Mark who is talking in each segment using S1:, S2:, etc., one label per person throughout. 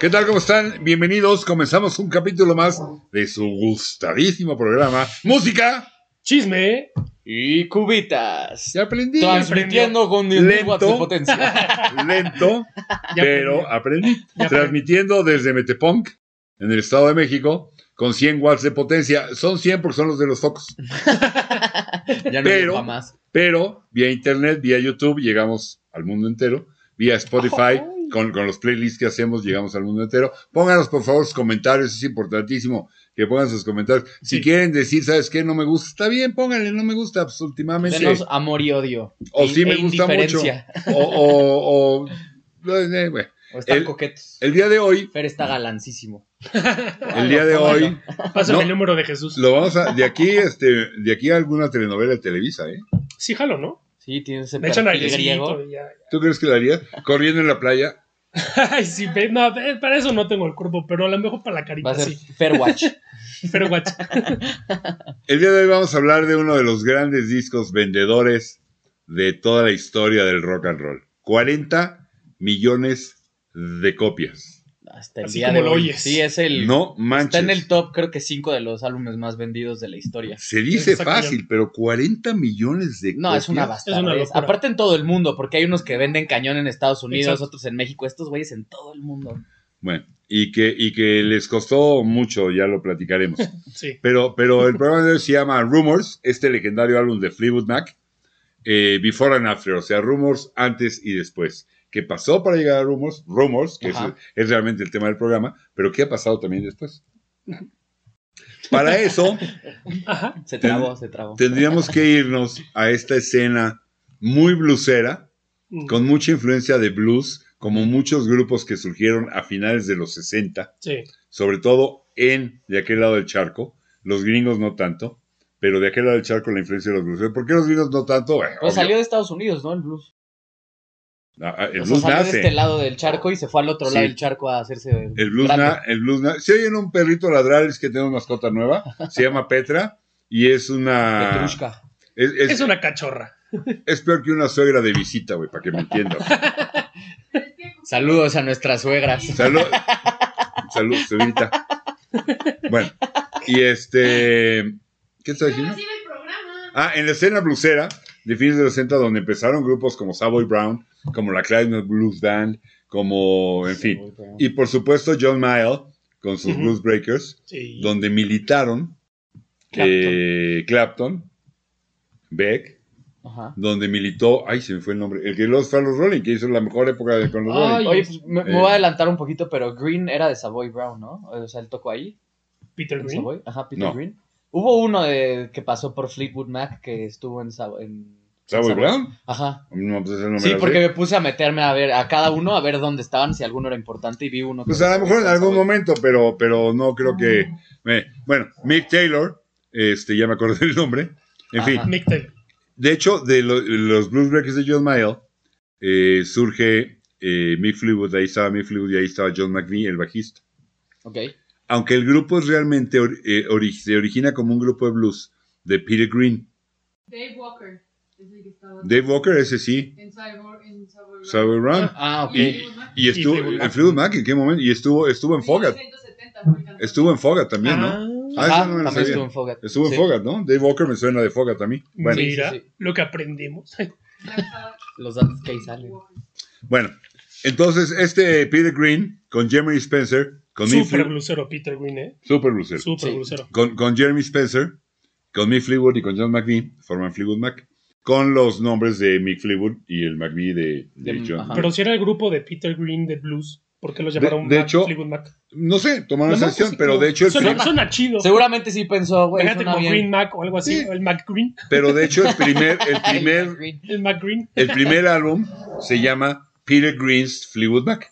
S1: ¿Qué tal? ¿Cómo están? Bienvenidos. Comenzamos un capítulo más de su gustadísimo programa. Música.
S2: Chisme.
S3: Y cubitas.
S1: Ya aprendí. ya
S3: Transmitiendo con 10.000 watts de
S1: Lento.
S3: potencia.
S1: aprendí. Lento,
S2: Ya
S1: pero aprendí.
S2: Ya
S1: Transmitiendo desde Metepunk, en el Estado de México, con 100 watts de potencia. Son 100 porque son los de los focos.
S3: ya no
S1: Pero-
S3: lleva más.
S1: Pero vía internet, vía YouTube, llegamos al mundo entero. Vía Spotify, con, con los playlists que hacemos, llegamos al mundo entero. Pónganos, por favor, sus comentarios. Es importantísimo que pongan sus comentarios. Si
S2: Sí.
S1: quieren decir, ¿sabes qué? No me gusta. Está bien, pónganle, no me gusta. Pues últimamente.
S3: Menos amor y odio.
S1: O
S3: E-
S1: sí me
S3: e
S1: gusta mucho.
S3: indiferencia.
S1: O, o- o- eh, bueno.
S3: O están
S1: El-
S3: coquetos.
S1: El día de hoy,
S3: Fer está galancísimo.
S1: el día de hoy,
S2: Pásame
S1: No.
S2: el número de Jesús.
S1: lo vamos a, de aquí, este, de aquí a alguna telenovela de Televisa, ¿eh?
S2: Sí, jalo, ¿no?
S3: Sí, tiene ese
S2: Me echan
S3: perfil griego.
S2: airecito y ya.
S1: ¿Tú crees que la harías? Corriendo en la playa.
S2: Ay, sí, ve- no, ve, para eso no tengo el cuerpo, pero a lo mejor para la
S3: Va
S2: carita
S3: a ser
S2: sí.
S3: Fair Watch.
S2: Pero guacho.
S1: El día de hoy vamos a hablar de uno de los grandes discos vendedores de toda la historia del rock and roll. 40 millones de copias.
S3: Hasta el
S2: Así
S3: día
S2: como
S3: de
S2: lo
S3: hoy.
S2: oyes.
S3: Sí, es el.
S1: No
S3: está
S1: manches.
S3: en el top, creo que cinco de los álbumes más vendidos de la historia.
S1: Se dice
S2: Está cañón.
S1: fácil, pero 40 millones de
S3: No,
S1: copias.
S3: es una
S2: Es una
S3: bastardez.
S2: locura.
S3: Aparte en todo el mundo, porque hay unos que venden cañón en Estados Unidos,
S2: Exacto.
S3: otros en México, estos güeyes en todo el mundo.
S1: Bueno, y que, y que les costó mucho, ya lo platicaremos.
S2: Sí.
S1: Pero, pero el programa de hoy se llama Rumors, este legendario álbum de Fleetwood Mac, eh, Before and After, o sea, Rumors antes y después. ¿Qué pasó para llegar a Rumors? Rumors, que es,
S3: Ajá.
S1: es realmente el tema del programa, pero ¿qué ha pasado también después? Para eso
S2: Ajá.
S3: Se
S1: Ten-
S3: trabó, se trabó.
S1: tendríamos que irnos a esta escena muy blusera,
S2: Mm,
S1: con mucha influencia de blues, como muchos grupos que surgieron a finales de los 60
S2: Sí.
S1: sobre todo en de aquel lado del charco, los gringos no tanto, pero de aquel lado del charco la influencia de los blues. ¿Por qué los gringos no tanto? Eh, obvio.
S3: Pues salió de Estados Unidos, ¿no? El blues.
S1: Ah, ah, el
S3: O sea,
S1: blues
S3: salió
S1: nace.
S3: de este lado del charco y se fue al otro
S1: Sí.
S3: lado del charco a hacerse.
S1: El blues,
S3: grande.
S1: na- el blues na- Si oyen un perrito ladrar es que tiene una mascota nueva, se llama Petra y es una es,
S3: Petrushka.
S1: es-
S2: Es una cachorra.
S1: es peor que una suegra de visita, güey, para que me entiendas.
S3: Saludos a nuestras suegras.
S1: Salud. Salud, suegrita. Bueno, y este ¿qué está diciendo?
S4: Recibe el programa.
S1: Ah, en la escena blusera de fines de los 60, donde empezaron grupos como Savoy Brown, como la Climate Blues Band, como, en fin. Y por supuesto John Mayall con sus
S2: Ujú.
S1: Blues Breakers,
S2: Sí.
S1: donde militaron
S2: Clapton.
S1: eh, Clapton, Beck,
S3: Ajá.
S1: donde militó, ay, se me fue el nombre, el que los fue a los Rolling, que hizo la mejor época de, con los
S2: Ay.
S1: Rolling.
S3: Oye, pues, me, me voy
S1: Eh.
S3: a adelantar un poquito, pero Green era de Savoy Brown, ¿no? O sea, él tocó ahí.
S2: Peter
S3: en
S2: Green.
S3: Savoy. Ajá, Peter
S1: No.
S3: Green. Hubo uno de- que pasó por Fleetwood Mac que estuvo en Savoy. en-
S1: ¿Savoy
S3: Savoy.
S1: Brown?
S3: Ajá.
S1: No, pues ese no me
S3: Sí,
S1: la sé.
S3: porque me puse a meterme a ver a cada uno, a ver dónde estaban, si alguno era importante y vi uno. que
S1: Pues a lo mejor en algún momento, pero, pero no creo que...
S3: Ah.
S1: eh, Bueno, Mick Taylor, este, ya me acordé el nombre, en fin.
S3: Ajá.
S2: Mick Taylor.
S1: De hecho, de lo- los Blues Breakers de John Mayall eh, surge eh, Mick Fleetwood, ahí estaba Mick Fleetwood y ahí estaba John McVie, el bajista.
S3: Ok.
S1: Aunque el grupo es realmente or- eh, ori- se origina como un grupo de blues de Peter Green.
S4: Dave Walker. Es el que estaba
S1: Dave Walker, ese sí,
S4: en Cyborg. En Cyborg
S1: Savoy Run.
S3: Ah, ok.
S1: Y, y estuvo
S2: Y Fleetwood
S1: eh, Fleetwood Mac, ¿en qué momento? Y estuvo, estuvo en Fogat. Estuvo en Fogat también, ¿no?
S2: Ah,
S1: Ah,
S3: Ajá,
S1: eso no me lo
S3: también
S1: sabía.
S3: estuvo en Fogat.
S1: Estuvo en
S3: Sí,
S1: Fogat, ¿no? Dave Walker me suena de Fogat a mí. Bueno,
S3: Sí.
S2: Mira lo que aprendemos.
S3: Los datos que ahí salen.
S1: bueno, entonces este Peter Green con Jeremy Spencer, con Mick
S2: Super
S1: Fleetwood,
S2: blusero Peter Green, ¿eh?
S1: super bluesero.
S2: Super
S3: Sí.
S2: blusero.
S1: con, con Jeremy Spencer, con Mick Fleetwood y con John McVie, forman Fleetwood Mac, con los nombres de Mick Fleetwood y el McVie de, de
S3: De-
S1: John.
S3: ajá.
S2: Pero si era el grupo de Peter Green de blues, ¿por qué los
S1: De-
S2: llamaron
S1: de
S2: Mac-
S1: hecho,
S2: Fleetwood Mac?
S1: No sé, tomaron
S3: Nomás
S1: esa decisión,
S3: así
S1: pero
S3: como-
S1: de hecho el
S2: Suena,
S1: prim-
S2: suena chido.
S3: Seguramente sí pensó, güey,
S2: Fíjate
S3: suena
S2: como Green
S3: bien.
S2: Mac o algo así,
S1: Sí.
S2: o el Mac Green.
S1: pero de hecho el primer, el
S3: Ay,
S1: primer,
S3: Green.
S2: El Mac Green.
S1: el primer álbum se llama Peter Green's Fleetwood Mac.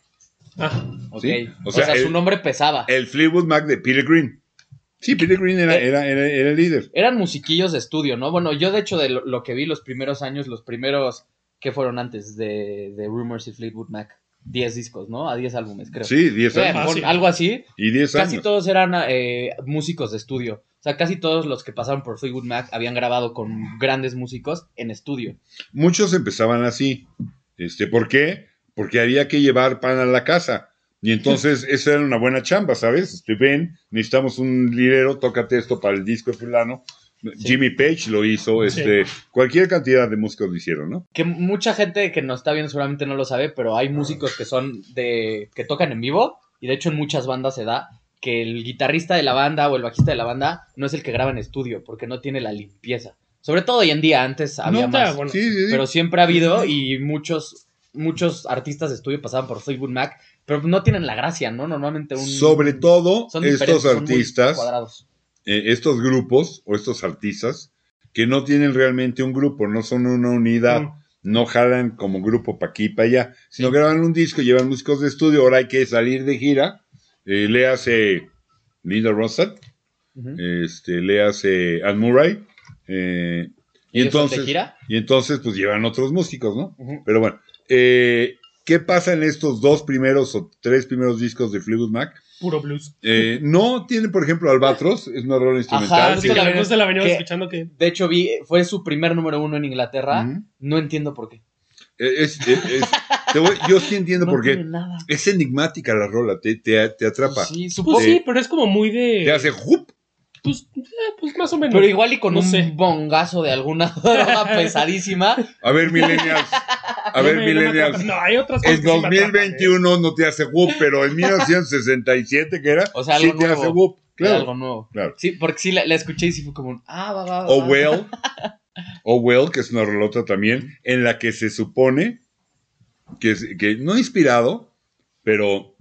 S2: Ah,
S3: Ok.
S1: Sí. O
S3: O
S1: sea,
S3: sea,
S1: el-
S3: su nombre pesaba.
S1: El Fleetwood Mac de Peter Green. Sí, Peter Green era,
S3: Eh.
S1: era, era- era el líder.
S3: Eran musiquillos de estudio, ¿no? Bueno, yo de hecho de lo, lo que vi los primeros años, los primeros que fueron antes de, de Rumors y Fleetwood Mac, 10 discos, ¿no? A 10 álbumes, creo.
S1: Sí, 10
S3: Bueno,
S1: años.
S3: por- algo así.
S1: Y 10
S3: Eh. Casi
S1: años.
S3: todos eran eh, músicos de estudio. O sea, casi todos los que pasaron por Fleetwood Mac habían grabado con grandes músicos en estudio.
S1: Muchos empezaban así. Este, ¿Por qué? Porque había que llevar pan a la casa. Y entonces, esa era una buena chamba, ¿sabes? Este, ven, necesitamos un lirero, tócate esto para el disco de fulano. Jimmy Page lo hizo,
S2: Sí.
S1: este, cualquier cantidad de músicos lo hicieron, ¿no?
S3: Que mucha gente que nos está viendo seguramente no lo sabe, pero hay músicos que son de. que tocan en vivo, y de hecho en muchas bandas se da que el guitarrista de la banda o el bajista de la banda no es el que graba en estudio, porque no tiene la limpieza. Sobre todo hoy en día, antes Ah, había
S2: Nunca,
S3: más.
S2: bueno,
S1: sí, sí, sí.
S3: Pero siempre ha habido, y muchos, muchos artistas de estudio pasaban por Fleetwood Mac, pero no tienen la gracia, ¿no? Normalmente un.
S1: Sobre todo
S3: son diferentes,
S1: estos
S3: son muy
S1: artistas,
S3: cuadrados.
S1: eh, estos grupos o estos artistas que no tienen realmente un grupo, no son una unidad,
S2: mm,
S1: no jalan como grupo para aquí y para allá, sino graban un disco, llevan músicos de estudio, ahora hay que salir de gira, eh, le hace Linda Ronstadt,
S3: Ujú.
S1: este, le hace Anne Murray, eh, y
S3: ¿Ellos son de
S1: entonces,
S3: gira?
S1: y entonces pues llevan otros músicos, ¿no?
S3: Ujú.
S1: Pero bueno, eh, ¿qué pasa en estos dos primeros o tres primeros discos de Fleetwood Mac?
S2: puro blues.
S1: Eh, no tiene, por ejemplo, Albatros, es una rola instrumental.
S3: Ajá,
S1: Ah, sí.
S2: Que
S3: la
S2: la
S3: venimos-
S2: Ah, justo la veníamos
S3: que-
S2: escuchando que
S3: De hecho, vi, fue su primer número uno en Inglaterra.
S1: Ujú.
S3: No entiendo por qué.
S1: Eh, es- eh, es- te voy- yo sí entiendo
S3: No
S1: por qué.
S3: tiene nada.
S1: Es enigmática la rola, te, te- te atrapa.
S3: Sí, supongo.
S2: Pues sí, pero es como muy
S1: Te
S2: de.
S1: hace jup.
S2: Pues, eh, pues más o menos.
S3: Pero igual y con
S2: No
S3: un
S2: sé.
S3: bongazo de alguna droga pesadísima.
S1: A ver, millennials. A ver,
S2: No me- no me
S1: millennials.
S2: atrapa. No, hay otras cosas.
S1: En
S2: que sí me atrapan, ¿eh?
S1: 2021 no te hace whoop, pero en 1967, que era,
S3: O sea,
S1: sí
S3: algo
S1: te
S3: nuevo.
S1: hace whoop.
S3: Era
S1: Claro.
S3: algo nuevo.
S1: claro.
S3: Sí, porque sí la, la escuché y sí fue como un. Ah, va, va, va.
S1: O
S3: va.
S1: Well. O Well, que es una rolota también, en la que se supone que, es- que no inspirado, pero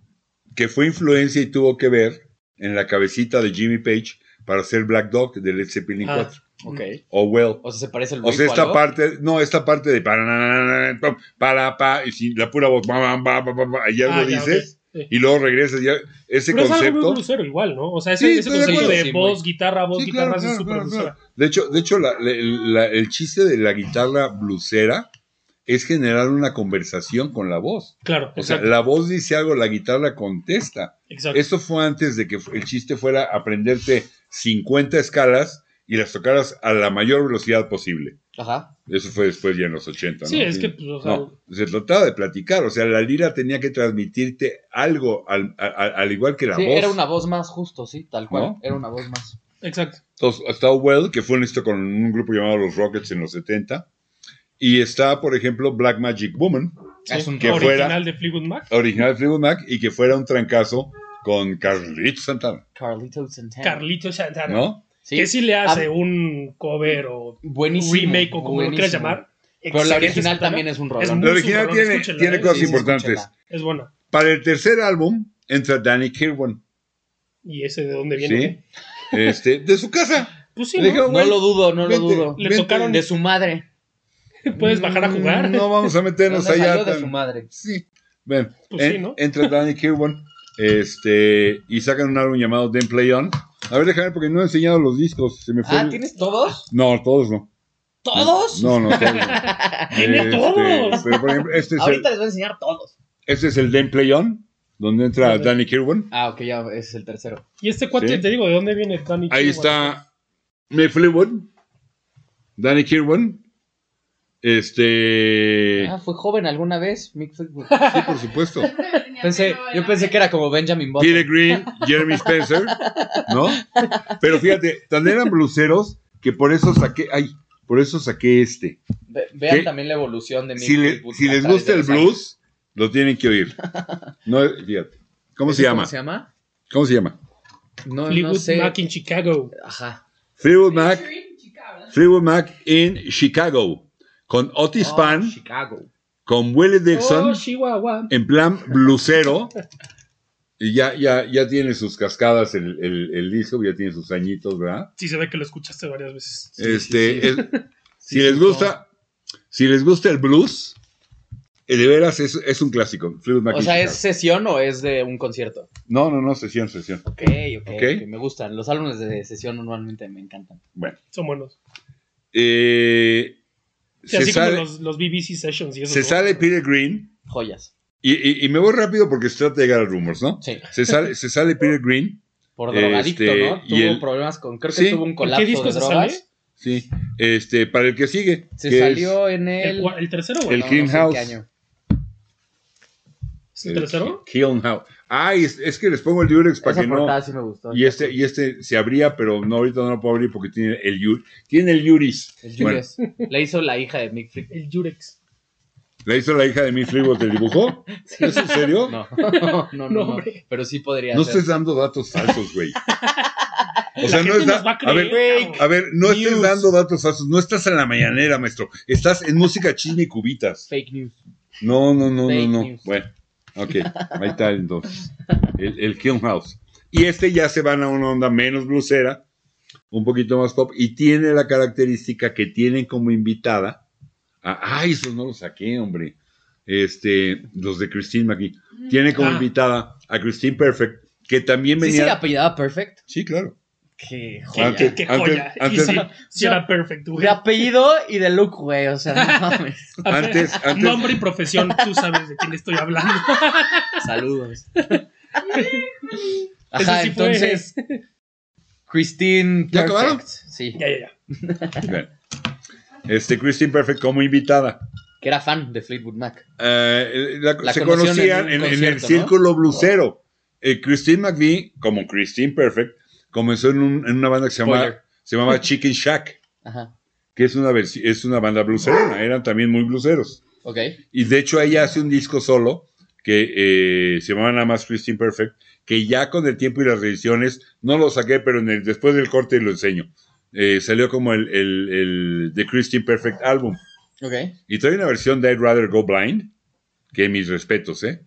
S1: que fue influencia y tuvo que ver en la cabecita de Jimmy Page para hacer Black Dog de Led Zeppelin
S2: Ah.
S1: 4.
S3: Ok.
S1: O Well.
S3: O sea, se parece el
S1: O sea,
S3: riff
S1: esta
S3: algo?
S1: parte, no, esta parte de para, para, pa, y si la pura voz, ba, ba, ba, ba, ba, ba, y ya
S2: Ah,
S1: lo
S2: ya,
S1: dices,
S2: ok, sí.
S1: y luego regresas, ya, ese
S2: Pero es algo muy
S1: concepto.
S2: grosero igual, ¿no? O sea, ese,
S1: Sí,
S2: ese
S1: estoy de
S2: concepto
S3: acuerdo.
S2: de
S3: Sí,
S2: voz,
S3: muy-
S2: guitarra, voz,
S1: Sí,
S2: guitarra
S1: claro,
S2: es
S1: claro,
S2: súper
S1: claro,
S2: grosera.
S1: claro. De hecho, de hecho la- la- la- el chiste de la guitarra blusera es generar una conversación con la voz.
S2: Claro,
S1: O sea,
S2: exacto.
S1: la voz dice algo, la guitarra contesta.
S2: exacto.
S1: Eso fue antes de que el chiste fuera aprenderte 50 escalas y las tocaras a la mayor velocidad posible.
S3: Ajá.
S1: Eso fue después ya en los 80, ¿no?
S2: Sí, es que, pues, o sea,
S1: No, se trataba de platicar, o sea, la lira tenía que transmitirte algo al, al- al igual que la
S3: sí,
S1: voz.
S3: era una voz más, justo, sí, tal cual.
S1: ¿No?
S3: Era una voz más.
S2: exacto.
S1: Entonces, está Well, que fue listo con un grupo llamado Los Rockets en los 70. Y está, por ejemplo, Black Magic Woman,
S3: Es un
S1: que
S2: original
S3: rock.
S1: fuera-
S2: de Fleetwood Mac.
S1: original de Fleetwood Mac, y que fuera un trancazo con Carlitos Santana,
S3: Carlito Santana.
S2: Carlito Santana.
S1: ¿no?
S3: Sí. Ah.
S2: Que sí le hace un cover o
S3: Buenísimo.
S2: remake o como lo quieras
S3: buenísimo.
S2: llamar.
S3: Pero la
S2: Excelente
S3: original
S2: Santana.
S3: también es un rolón.
S2: Es muy
S1: La original
S2: rolón,
S1: tiene,
S2: escúchenla,
S1: tiene
S2: ¿eh?
S1: cosas
S2: Sí, sí,
S1: importantes.
S3: escúchenla.
S2: Es buena.
S1: Para el tercer álbum entra Danny Kirwan,
S2: ¿Y ese de dónde viene?
S1: ¿sí? Este, de su casa.
S2: Pues sí,
S1: Le
S2: ¿no?
S1: dijeron,
S3: No lo dudo, no lo
S1: Vente,
S3: dudo.
S2: Le
S1: vente.
S2: tocaron-
S3: De su madre. Mm.
S2: Puedes bajar a jugar.
S1: No vamos a meternos
S3: ¿Dónde
S1: allá.
S3: salió de
S1: tan-
S3: su madre.
S1: Sí. Bueno,
S2: Pues sí, ¿no?
S1: entra Danny Kirwan este, y sacan un álbum llamado Then Play On. A ver, déjame ver, porque no he enseñado los discos. Se me fue.
S3: Ah,
S1: el-
S3: ¿tienes todos?
S1: No, todos no.
S3: ¿Todos?
S1: No, no, todos no.
S2: ¡Tiene
S1: Este,
S2: todos!
S1: Pero por ejemplo, este es, el,
S3: Ahorita les voy a enseñar todos.
S1: este es el Then Play On, donde entra
S2: Ajá.
S1: Danny Kirwan.
S3: Ah, ok, ya ese es el tercero.
S2: Y este cuate,
S1: Sí.
S2: te digo, ¿de dónde viene Danny
S1: Ahí
S2: Kirwan?
S1: está May Fleetwood, Danny Kirwan. Este.
S3: Ah, fue joven alguna vez. Mick Fleetwood.
S1: Sí, por supuesto.
S3: Pensé, yo pensé que era como Benjamin Button.
S1: Peter Green, Jeremy Spencer, ¿no? Pero fíjate, tan eran bluseros que por eso saqué, ay, por eso saqué este.
S3: Ve- vean
S1: ¿Qué?
S3: también la evolución de Mick
S1: Si, le-
S3: Fleetwood.
S1: si
S3: a
S1: les
S3: través
S1: gusta
S3: de
S1: el
S3: los años.
S1: blues, lo tienen que oír. No, fíjate. ¿Cómo
S3: ¿Ese
S1: se llama?
S3: ¿Cómo se llama?
S1: ¿Cómo se llama?
S3: No, no
S2: Fleetwood
S3: sé.
S2: Mac in Chicago.
S3: Ajá.
S1: Fleetwood Mac, Fleetwood Mac in Chicago, con Otis
S3: Oh,
S1: Pan,
S3: Chicago.
S1: con Willie Dixon,
S2: Oh, Chihuahua.
S1: en plan blusero. Y ya, ya, ya tiene sus cascadas el, el, el disco, ya tiene sus añitos, ¿verdad?
S2: Sí se ve que lo escuchaste varias veces.
S3: Sí,
S1: este,
S3: sí,
S1: es-
S3: Sí,
S1: si les
S3: sí,
S1: gusta, si les gusta el blues, eh, de veras es, es un clásico. Fleetwood Mac
S3: O
S1: in
S3: sea, ¿es
S1: Chicago.
S3: sesión o es de un concierto?
S1: No, no, no, sesión, sesión.
S3: Ok, ok.
S1: Ok.
S3: ok, Me gustan. Los álbumes de sesión normalmente me encantan.
S1: Bueno,
S2: Son buenos.
S1: eh,
S2: Sí,
S1: se,
S2: así
S1: sale,
S2: como los, los BBC Sessions y eso.
S1: se
S2: ¿no?
S1: sale Peter Green
S3: Joyas.
S1: y, y- y me voy rápido porque se trata de llegar a rumors, ¿no?
S3: Sí.
S1: Se sale, se sale Peter Green,
S3: Por
S1: Este,
S3: drogadicto, ¿no?
S1: y
S3: Tuvo
S1: el-
S3: problemas con. Creo que
S1: Sí.
S3: tuvo un
S2: ¿En
S3: colapso
S2: ¿Qué disco
S3: de
S2: se
S3: drogas.
S2: sale?
S1: sí, este, para el que sigue.
S3: Se
S1: que es-
S3: salió en
S2: ¿El,
S3: el.
S2: cua- el tercero o
S1: el
S2: el
S3: no, no sé
S1: Greenhouse.
S3: qué año.
S2: ¿Sí te lo cerró?
S1: Kiln House. Em Ay, es, es que les pongo el Durex para
S3: Esa
S1: que no.
S3: portada sí me gustó.
S1: Y este, y este se abría, pero no, ahorita no lo puedo abrir porque tiene el Yuri. Tiene el Yuris.
S3: El
S1: Bueno.
S3: Julius. La hizo la hija de Mick Flick.
S2: El Jurex.
S1: ¿La hizo la hija de mi Freebot el dibujo? ¿Es en serio? No,
S3: No, no, no,
S2: No,
S3: no.
S2: hombre.
S3: Pero sí podría ser.
S1: estés dando datos falsos, güey. O sea,
S2: La
S1: no
S2: gente
S1: es da-
S2: nos va a
S1: a ver,
S2: creer,
S3: güey,
S2: cabrón.
S1: A ver, no estés
S3: News.
S1: dando datos falsos. No estás en la mañanera, maestro. Estás en música chisme y cubitas.
S3: Fake news.
S1: No, no, no, no,
S3: Fake
S1: no.
S3: news.
S1: Bueno, ok. Ahí está entonces. El, el Kiln House. Y este ya se van a una onda menos blusera, un poquito más pop, y tiene la característica que tienen como invitada. a- ay, esos no los saqué, hombre. Este, los de Christine McKee. Tiene como
S2: Ah.
S1: invitada a Christine Perfect, que también
S3: ¿Sí se
S1: venía.
S3: apellidaba Perfect?
S1: Sí, claro.
S3: Qué
S2: Qué,
S3: joya.
S1: Antes-
S2: qué- qué joya.
S1: antes- antes-
S2: y sí, sí era perfecto, güey.
S3: De apellido y de look, güey. O sea, no mames.
S1: Antes, antes.
S2: Nombre y profesión, tú sabes de quién estoy hablando.
S3: Saludos.
S2: Eso
S3: Ajá,
S2: sí fue.
S3: entonces. Christine
S1: ¿Ya
S3: Perfect.
S1: acabaron?
S3: Sí.
S2: Ya, ya, ya.
S1: Bueno. Este, Christine Perfect como invitada.
S3: Que era fan de Fleetwood Mac.
S1: Eh, la-
S3: La
S1: se
S3: conocieron
S1: conocían
S3: en
S1: en,
S3: un
S1: en el
S3: concierto, ¿no?
S1: círculo blusero. Eh, Christine McVie, como Christine Perfect, comenzó en, un- en una banda que se llamaba,
S3: Spoiler.
S1: se llamaba Chicken Shack,
S3: Ajá.
S1: que es una, versi- es una banda bluserona, eran también muy bluseros.
S3: Ok.
S1: Y de hecho ella hace un disco solo que eh, se llamaba nada más Christine Perfect, que ya con el tiempo y las revisiones, no lo saqué, pero en el- después del corte lo enseño. Eh, salió como el, el, el The Christine Perfect Album.
S3: Ok.
S1: Y trae una versión de I'd Rather Go Blind, que mis respetos, ¿eh?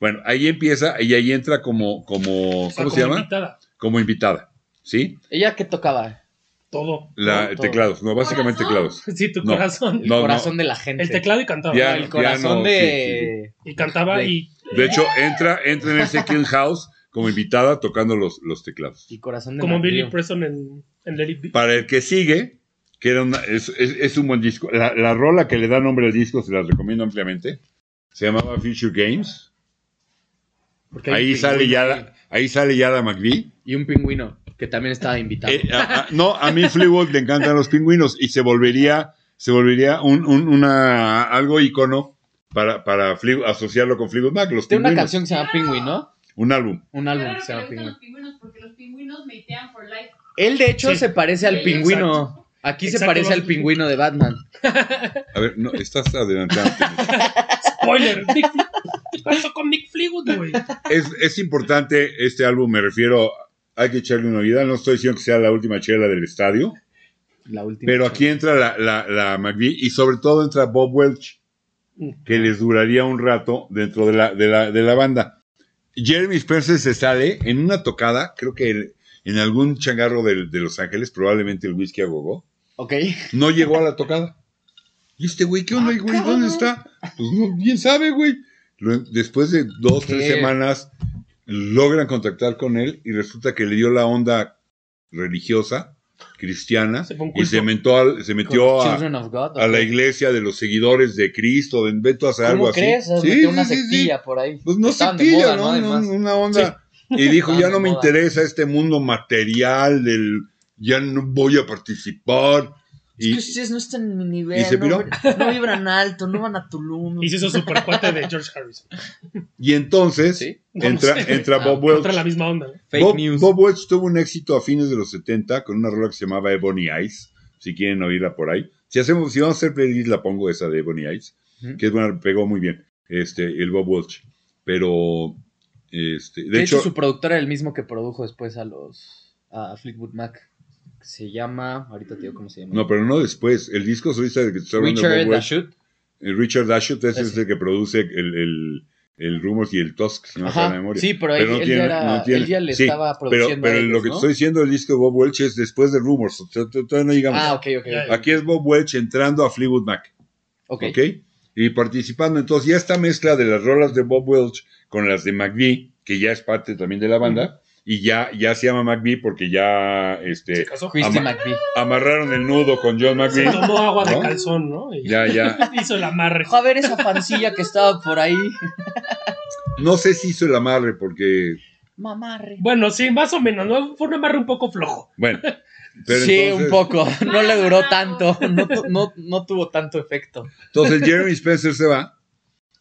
S1: Bueno, ahí empieza y ahí entra como, como
S2: O sea,
S1: ¿cómo se
S2: Ah, como
S1: llama?
S2: invitada.
S1: Como invitada, ¿sí?
S3: ¿Ella qué tocaba?
S2: Todo.
S1: La,
S3: Todo.
S1: teclados, no, básicamente
S4: Corazón.
S1: teclados.
S2: Sí, tu
S1: No.
S2: corazón.
S1: No, no.
S3: corazón de la gente.
S2: El teclado y cantaba.
S1: Ya,
S3: el corazón
S1: no,
S3: de.
S2: Y cantaba
S3: De-
S2: y
S1: De hecho, entra, entra en ese King House como invitada tocando los, los teclados.
S3: Y corazón de.
S2: como
S3: bandido.
S2: Billy Preston en, en Let It Be.
S1: Para el que sigue, que era una- es, es- es un buen disco, la, la rola que le da nombre al disco se la recomiendo ampliamente, se llamaba Future Games.
S3: Porque hay un
S1: Ahí sale
S3: pingüino
S1: ya
S3: ahí.
S1: la, ahí sale ya la McVie.
S3: Y un pingüino que también estaba invitado.
S1: Eh, a- a- no, a mí Fleetwood le encantan los pingüinos y se volvería, se volvería un, un- una, algo icono para, para Fleetwood- asociarlo con Fleetwood Mac, los
S3: Tiene Este, una
S1: pingüinos.
S3: canción que se llama Pingüino.
S1: Un álbum.
S3: Un
S4: Claro
S3: álbum que
S4: que
S3: se
S4: le
S3: llama
S4: gustan los
S3: Pingüino.
S4: pingüinos porque los pingüinos meitean for life.
S3: Él, de hecho,
S2: Sí.
S3: se parece al
S4: Sí,
S3: pingüino. Aquí se
S2: Exacto,
S3: parece
S2: los-
S3: al pingüino de Batman.
S1: A ver, no, estás adelantando.
S2: Spoiler. Nick Fle- ¿Qué pasó con Nick Fleetwood, güey?
S1: es, es importante este álbum, me refiero, hay que echarle una vida. No estoy diciendo que sea la última chela del estadio,
S3: La última.
S1: pero aquí entra la, la, la McVie y sobre todo entra Bob Welch, que les duraría un rato dentro de la, de la, de la banda. Jeremy Spencer se sale en una tocada, creo que el- en algún changarro del- de, Los Ángeles, probablemente el whisky a gogo,
S3: Ok.
S1: no llegó a la tocada. ¿Y este güey qué onda,
S3: Ah,
S1: güey? ¿Dónde está? Pues no, bien sabe, güey. Lo- Después de dos,
S3: ¿Qué?
S1: tres semanas, logran contactar con él y resulta que le dio la onda religiosa, cristiana,
S2: Se fue un
S1: y
S2: culto.
S1: se, mentó al- se metió
S3: Con
S1: a,
S3: Children of God.
S1: a
S3: ¿o
S1: la
S3: qué?
S1: iglesia de los seguidores de Cristo, de Beto hacer algo
S3: ¿Cómo
S1: así.
S3: crees?
S1: Sí,
S3: Metió una
S1: sí, sí, sí.
S3: sectilla por ahí.
S1: Pues no
S3: Estaban de
S1: septilla,
S3: moda,
S1: ¿no?
S3: Además.
S1: Un- Una onda. Y dijo,
S3: Estaban
S1: ya
S3: de
S1: no me
S3: moda.
S1: interesa este mundo material del ya no voy a participar.
S3: Es
S1: Y
S3: que ustedes no están en mi nivel.
S1: ¿Y se
S3: no
S1: piró?
S3: vibran- No, vibran alto, no van a Tulum.
S2: Y se hizo super cuate de George Harrison.
S1: Y entonces
S3: Sí.
S1: entra,
S2: No sé.
S1: entra
S3: Ah,
S1: Bob
S2: Otra la
S1: Welch.
S2: misma onda. ¿no?
S3: Fake
S1: Bob,
S3: news.
S1: Bob Welch tuvo un éxito a fines de los 70 con una rola que se llamaba Ebony Eyes. Si quieren oírla por ahí. Si hacemos, si vamos a hacer playlist, la pongo esa de Ebony Eyes,
S3: Ujú.
S1: que es buena, pegó muy bien. Este, el Bob Welch. Pero, este, de,
S3: de, hecho,
S1: hecho,
S3: su productor era el mismo que produjo después a los. a Fleetwood Mac. que Se llama. Ahorita te digo cómo se llama.
S1: no, pero no después. El disco solista de que te estoy hablando de
S3: Richard
S1: Bob Welch,
S3: Dashut.
S1: el Richard Dashut, ese es
S3: Ese.
S1: el que produce el, el, el Rumors y el Tusk, si no me falla
S3: Ajá.
S1: la memoria.
S3: Sí, pero, él,
S1: Pero no
S3: él
S1: tiene-
S3: ya era-
S1: no tiene-
S3: él ya le
S1: sí,
S3: estaba
S1: Pero,
S3: produciendo.
S1: pero
S3: a ellos,
S1: lo que
S3: ¿no?
S1: te estoy diciendo del disco de Bob Welch es después de Rumors. T- t- Todavía no llegamos.
S3: Ah, ok, ok.
S2: Ya,
S1: Aquí es Bob Welch entrando a Fleetwood Mac.
S3: Ok.
S1: ¿Ok? Y participando. Entonces, ya esta mezcla de las rolas de Bob Welch con las de McVie, que ya es parte también de la banda, y ya, ya se llama McVie porque ya
S2: Se
S1: este,
S2: casó.
S3: Christy
S1: Ama-
S3: McVie.
S1: amarraron el nudo con John McVie.
S2: Se tomó agua de
S1: ¿No?
S2: calzón, ¿no? Y
S1: Ya, ya.
S2: hizo el amarre.
S3: Dejó a ver esa pancilla que estaba por ahí.
S1: No sé si hizo el amarre porque.
S3: Mamarre.
S2: Bueno, sí, más o menos, ¿no? Fue un amarre un poco flojo.
S1: Bueno. Pero
S3: sí,
S1: entonces-
S3: un poco. No le duró tanto. No, tu- no, no tuvo tanto efecto.
S1: Entonces Jeremy Spencer se va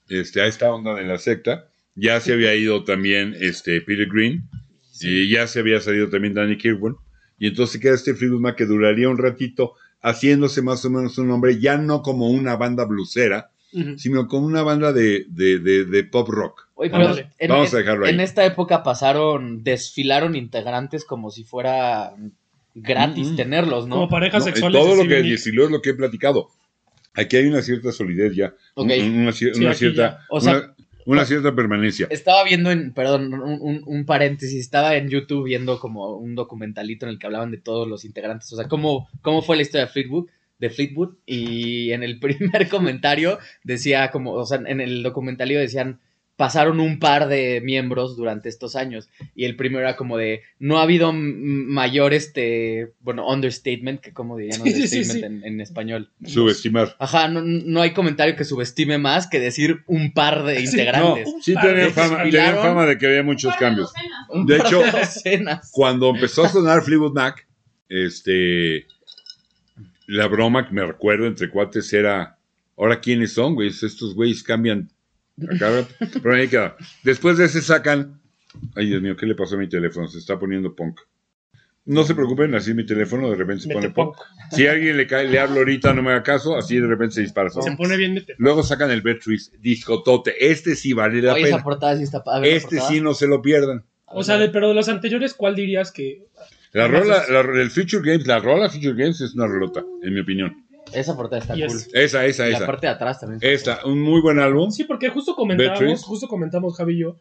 S1: este, a esta onda de la secta ya se había ido también este Peter Green, y ya se había salido también Danny Kirwan, y entonces queda este Fleetwood Mac que duraría un ratito haciéndose más o menos un nombre, ya no como una banda blusera,
S2: Ujú.
S1: sino como una banda de, de- de- de pop rock.
S3: Oye,
S2: Vamos-
S3: pero en,
S1: vamos a
S3: en-
S1: dejarlo ahí.
S3: en esta época pasaron, desfilaron integrantes como si fuera gratis
S1: Mm.
S3: tenerlos, ¿no?
S2: Como parejas
S1: No,
S2: sexuales.
S1: todo lo
S2: así,
S1: que
S2: Vini.
S1: desfiló es lo que he platicado. Aquí hay una cierta solidez ya,
S3: Ok.
S1: un- una, cier-
S2: Sí,
S1: una
S2: aquí
S1: cierta,
S3: ya. O sea, eh,
S1: una- una cierta permanencia.
S3: Estaba viendo en, perdón, un, un- un paréntesis, estaba en YouTube viendo como un documentalito en el que hablaban de todos los integrantes, o sea, cómo, cómo fue la historia de Fleetwood, de Fleetwood, y en el primer comentario decía como, o sea, en el documentario decían, pasaron un par de miembros durante estos años, y el primero era como de, no ha habido m- mayor, este, bueno, understatement, que como dirían
S2: Sí, sí, sí,
S3: understatement
S2: sí.
S3: En, en español.
S1: Subestimar.
S3: Ajá, no, no hay comentario que subestime más que decir un par de
S2: Sí, no.
S1: No,
S3: integrantes.
S1: sí
S2: Un par de
S1: tenían fama,
S3: desfilaron.
S1: tenían fama de que había muchos
S4: Par
S1: cambios.
S4: docenas.
S3: Un
S1: De
S3: par
S1: hecho-
S3: docenas.
S1: Cuando empezó a sonar Fleetwood Mac, este, la broma que me recuerdo entre cuates era, ahora quiénes son, güey, estos güeyes cambian. Acá, pero ahí queda. Después de ese sacan, ay Dios mío, ¿qué le pasó a mi teléfono? Se está poniendo punk. No se preocupen, así mi teléfono de repente se
S2: Mete
S1: pone punk.
S2: punk.
S1: Si a alguien le, cae, le hablo ahorita, no me haga caso, así de repente se dispara.
S2: Se
S1: ¿no?
S2: pone bien mete.
S1: Luego sacan el Betris, discotote. Este sí vale la
S3: Oye, esa
S1: pena.
S3: portada sí está a ver, la
S1: Este
S3: portada.
S1: sí no se lo pierdan.
S3: A ver,
S2: O sea,
S3: la-
S2: de, pero de los anteriores, ¿cuál dirías que
S1: La
S2: Además
S1: rola,
S2: es-
S1: la, el Future Games, la rola Future Games es una rolota, en mi opinión.
S3: esa portada está
S2: Yes.
S3: cool.
S1: Esa, esa,
S3: Y la
S1: esa.
S3: parte de atrás también. está cool.
S1: Esta, un muy buen álbum.
S2: Sí, porque justo comentábamos,
S1: Beatriz.
S2: justo comentamos Javi y yo,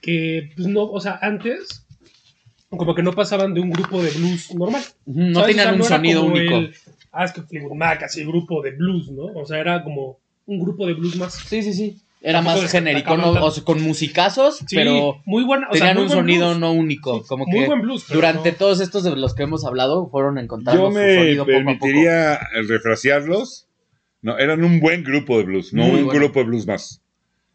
S2: que pues no, o sea, antes como que no pasaban de un grupo de blues normal.
S3: Ujú, No
S2: ¿Sabes?
S3: tenían
S2: O sea,
S3: un
S2: era
S3: sonido
S2: como
S3: único.
S2: el, ah, es que Fleetwood Mac, así grupo de blues, ¿no? O sea, era como un grupo de blues más.
S3: Sí, sí, sí. Era
S2: Tampoco
S3: más
S2: está
S3: genérico,
S2: cabrón,
S3: no-
S2: tan-
S3: o sea, con musicazos,
S2: Sí,
S3: pero
S2: muy buena, o sea,
S3: tenían
S2: muy
S3: un
S2: buen
S3: sonido
S2: blues.
S3: no único. Como
S2: muy
S3: que
S2: buen blues. pero
S3: durante
S2: no-
S3: todos estos de los que hemos hablado fueron encontrando
S1: Yo
S3: su
S1: me
S3: sonido poco a poco.
S1: permitiría eh, refrasearlos. No, eran un buen grupo de blues, no
S3: Muy
S1: un
S3: bueno.
S1: grupo de blues más.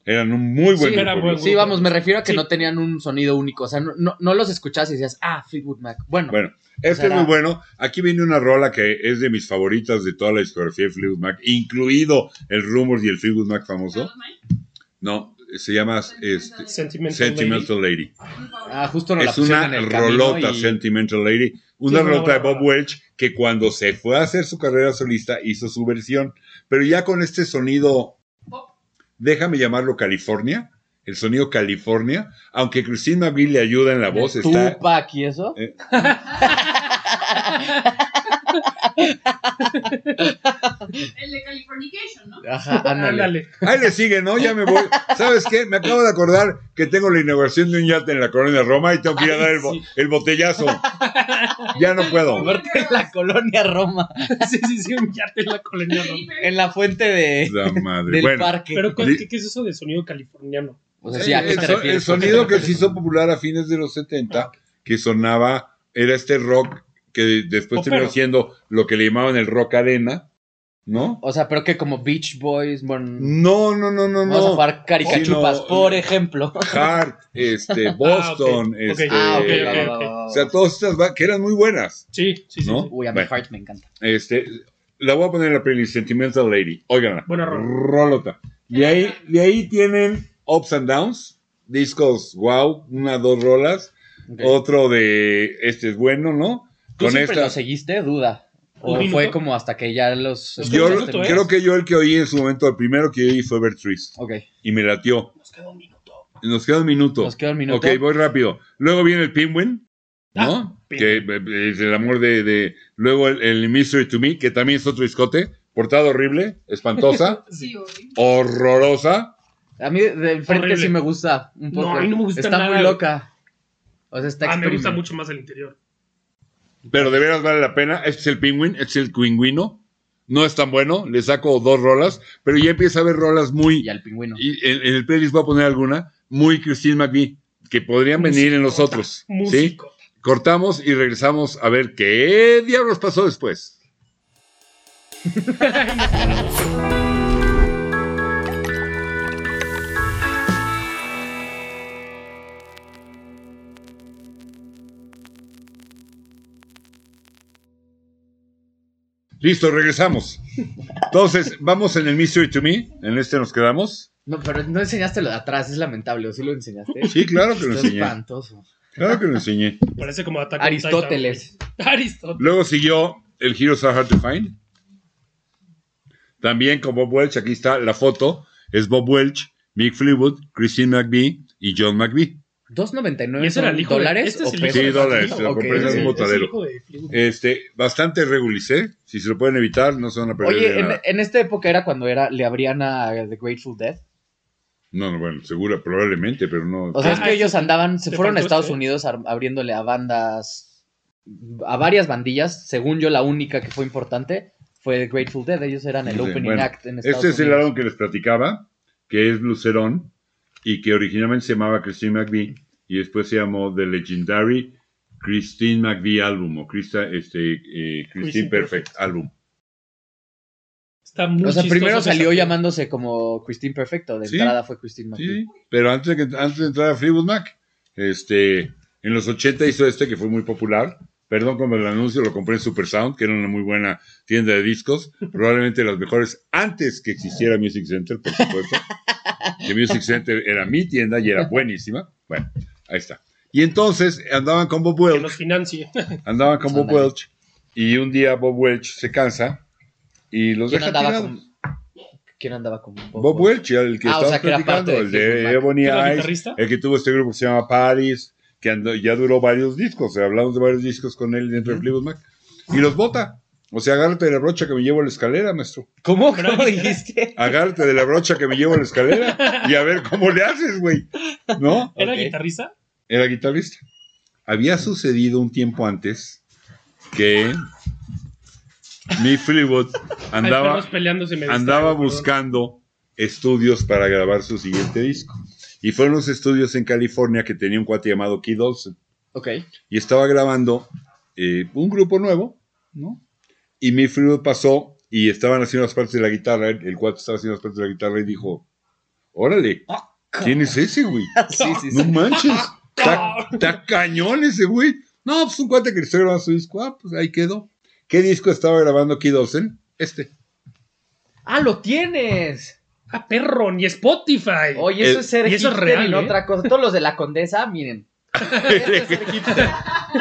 S1: Eran un muy buen
S2: Sí,
S1: grupo
S2: era
S1: de
S2: buen
S1: blues.
S3: Sí, vamos, me refiero a que
S2: Sí.
S3: no tenían un sonido único. O sea, no, no, no los escuchabas y decías, ah, Fleetwood Mac. Bueno,
S1: Bueno, este
S3: O sea,
S1: es muy
S3: era-
S1: bueno. Aquí viene una rola que es de mis favoritas de toda la discografía de Fleetwood Mac, incluido el Rumors y el Fleetwood Mac famoso.
S4: Los Mike,
S1: No, se llama este,
S2: Sentimental,
S1: Sentimental Lady.
S4: mi favorito.
S3: ah, justo nos la
S1: es
S3: pusieron
S1: una
S3: en el
S1: rolota
S3: camino y-
S1: Sentimental Lady,
S2: Sí,
S1: una
S2: es una
S1: rolota de
S2: buena
S1: Bob
S2: rola.
S1: Welch que cuando se fue a hacer su carrera solista hizo su versión, pero ya con este sonido,
S4: Pop.
S1: déjame llamarlo California, el sonido California, aunque Christine McVie le ayuda en la voz, está...
S3: Tupac y eso.
S4: El de Californication, ¿no?
S3: Ajá,
S2: Ándale.
S3: ándale.
S1: Ahí le sigue, ¿no? Ya me voy. ¿Sabes qué? Me acabo de acordar que tengo la inauguración de un yate en la colonia Roma y tengo que ir a dar el, bo-
S3: Ay,
S1: el botellazo. Ya no puedo.
S3: Aparte en la colonia Roma,
S2: sí, sí, sí, un yate en la colonia. ¿no?
S3: en la fuente de,
S1: La madre.
S3: del
S1: Bueno,
S3: parque.
S2: Pero ¿cuál-
S1: Di-
S2: ¿qué, qué es eso de sonido californiano?
S3: o sea, sí, ¿a
S1: El-
S3: qué
S1: el,
S3: te
S1: so-
S3: refieres?
S1: el sonido que se hizo popular a fines de los 70, que sonaba, era este rock que después
S2: Popero.
S1: terminó siendo lo que le llamaban el rock arena, ¿no?
S3: O sea, pero que como Beach Boys, bueno,
S1: No, no, no, no,
S3: vamos a
S1: no.
S3: jugar caricachupas,
S1: Sino-
S3: por ejemplo.
S1: Hart,
S3: Ah,
S1: este, Boston,
S2: ok,
S1: este.
S2: ok. Ah, ok, ok.
S3: va, va, va,
S1: O sea, todas estas ba- que eran muy buenas.
S2: Sí, sí, sí.
S1: ¿No?
S2: sí.
S3: Uy, a mi
S1: bueno.
S3: heart me encanta.
S1: Este, la voy a poner en la playlist Sentimental Lady. Óiganla.
S2: Buena rola.
S1: Rolota. De ahí, de ahí tienen Ups and Downs, discos, wow, una, dos rolas.
S3: Ok.
S1: Otro de este es bueno, ¿no?
S3: ¿Tú
S1: Con
S3: siempre
S1: esta.
S3: lo seguiste? Duda.
S2: ¿Un
S3: ¿O
S2: minuto?
S3: fue como hasta que ya los...
S2: Los
S1: Yo
S2: Justo, ¿eh?
S1: creo que yo el que oí en su momento, el primero que oí fue Bertrice.
S3: Ok,
S1: Y me latió.
S2: Nos queda un minuto.
S1: Nos queda un minuto.
S3: nos queda un minuto. Ah,
S1: Ok, voy rápido. Luego viene el Penguin, ¿no? que eh, es el amor de. de- Luego el, el Mystery to Me, que también es otro discote. Portada horrible, espantosa,
S4: Sí, güey.
S1: horrorosa.
S3: A mí de- del frente
S2: Horrible.
S3: sí me gusta un
S2: No,
S3: poco.
S2: a mí no me gusta
S3: Está
S2: nada.
S3: muy loca. O sea, está
S2: Ah, me gusta
S3: experiment-
S2: mucho más el interior.
S1: Pero de veras vale la pena. Este es el Penguin, este es el Quinguino. No es tan bueno, le saco dos rolas, pero ya empieza a haber rolas muy.
S3: Y al pingüino.
S1: Y en, en el playlist voy a poner alguna muy Christine McVie, que podrían venir en los
S2: Musicota,
S1: otros. ¿sí?
S2: Músico.
S1: Cortamos y regresamos a ver qué diablos pasó después. Listo, regresamos. Entonces, vamos en el Mystery to Me. En este nos quedamos.
S3: No, pero no enseñaste lo de atrás, es lamentable, ¿o sí lo enseñaste?
S1: Sí, claro que lo
S3: Está
S1: enseñé.
S3: espantoso.
S1: Claro que lo enseñé.
S2: Parece como Attack on
S3: Aristóteles.
S2: Titan, güey. Aristóteles.
S1: Luego siguió el Heroes Are Hard to Find. También con Bob Welch, aquí está la foto. Es Bob Welch, Mick Fleetwood, Christine McVie y John McVie.
S3: 2.99
S2: ¿Y ese era el
S3: son
S2: hijo de-
S3: dólares
S2: este
S3: o
S2: es el
S3: pesos.
S2: hijo de-
S1: Sí, dólares, lo
S3: Ok,
S1: compré en
S3: sí. Eh,
S1: un
S2: Es el
S1: botadero.
S2: hijo de Fleetwood.
S1: Este, bastante regulis, ¿eh? Si se lo pueden evitar, no se van a perder de
S3: Oye, en,
S1: nada.
S3: en esta época era cuando era, le abrían a The Grateful Dead.
S1: No, no, bueno, segura, probablemente, pero no.
S3: O sea, es
S2: Ah,
S3: que ellos
S2: sí.
S3: andaban, se
S2: Te
S3: fueron a
S2: faltó
S3: Estados
S2: este.
S3: Unidos ar- abriéndole a bandas, a varias bandillas. Según yo, la única que fue importante fue The Grateful Dead. Ellos eran el
S1: Sí,
S3: opening
S1: bueno.
S3: act en Estados
S1: este es el
S3: Unidos.
S1: álbum que les platicaba, que es Lucerón, y que originalmente se llamaba Christine McVie, y después se llamó The Legendary Christine McVie Album, o Christa- este, eh, Christine,
S2: Christine
S1: Perfect, Album.
S2: Está muy
S3: O sea, primero
S2: chistoso
S3: salió
S2: esa-
S3: llamándose como Christine Perfecto. De
S1: Sí.
S3: entrada fue Christine McVie.
S1: Sí, pero antes de, que- antes de entrar a Fleetwood Mac, este, en los 80 hizo este que fue muy popular. Perdón como el anuncio, lo compré en Super Sound, que era una muy buena tienda de discos, probablemente de las mejores antes que existiera Music Center, por supuesto. Que Music Center era mi tienda y era buenísima. Bueno, ahí está. Y entonces andaban con Bob
S2: Que
S1: Welch,
S2: nos financie.
S1: andaban con Bob
S3: Ándale.
S1: Welch, y un día Bob Welch se cansa y los
S3: ¿Quién
S1: Pues deja
S3: andaba
S1: tirados.
S3: con... ¿Quién andaba con Bob,
S1: Bob Welch, el que
S3: Ah, o
S1: estábamos
S3: sea, que era
S1: platicando,
S3: parte de
S1: el de
S3: Fleetwood Mac.
S1: Ebony
S2: ¿Era
S1: Eyes,
S2: guitarrista?
S1: el que tuvo este grupo que se llama Paris, que andó- ya duró varios discos, o sea, hablamos de varios discos con él dentro de Fleetwood Mac, y los bota. O sea, agárrate de la brocha que me llevo a la escalera, maestro.
S3: ¿Cómo? ¿Cómo
S2: Bravo.
S3: dijiste?
S1: Agárrate de la brocha que me llevo a la escalera y a ver cómo le haces, güey. ¿No?
S2: ¿Era
S3: Ok.
S2: guitarrista?
S1: Era guitarrista. Había sucedido un tiempo antes que mi Fleetwood
S2: Ahí
S1: andaba
S2: estamos peleándose. me
S1: andaba
S2: distraigo, Este, perdón.
S1: buscando estudios para grabar su siguiente disco. Y fueron unos estudios en California que tenía un cuate llamado Keith Olsen.
S3: Ok.
S1: Y estaba grabando eh, un grupo nuevo, ¿no? Y mi frío pasó y estaban haciendo las partes de la guitarra. El el cuate estaba haciendo las partes de la guitarra y dijo, órale, ¿quién es ese, güey?
S3: Sí, sí,
S1: No
S3: sí.
S1: manches. Está, está cañón ese güey. No, pues un cuate que está grabando su disco. Ah, pues ahí quedó. ¿Qué disco estaba grabando Keith Olsen? Este.
S3: ¡Ah, lo tienes!
S2: Ah, perro, ni Spotify.
S3: Oye, eso es ser
S2: y eso es
S3: hipster
S2: real,
S3: Eh, y no
S2: ¿eh?
S3: otra cosa. Todos los de la condesa, miren. Esto es ser hipster.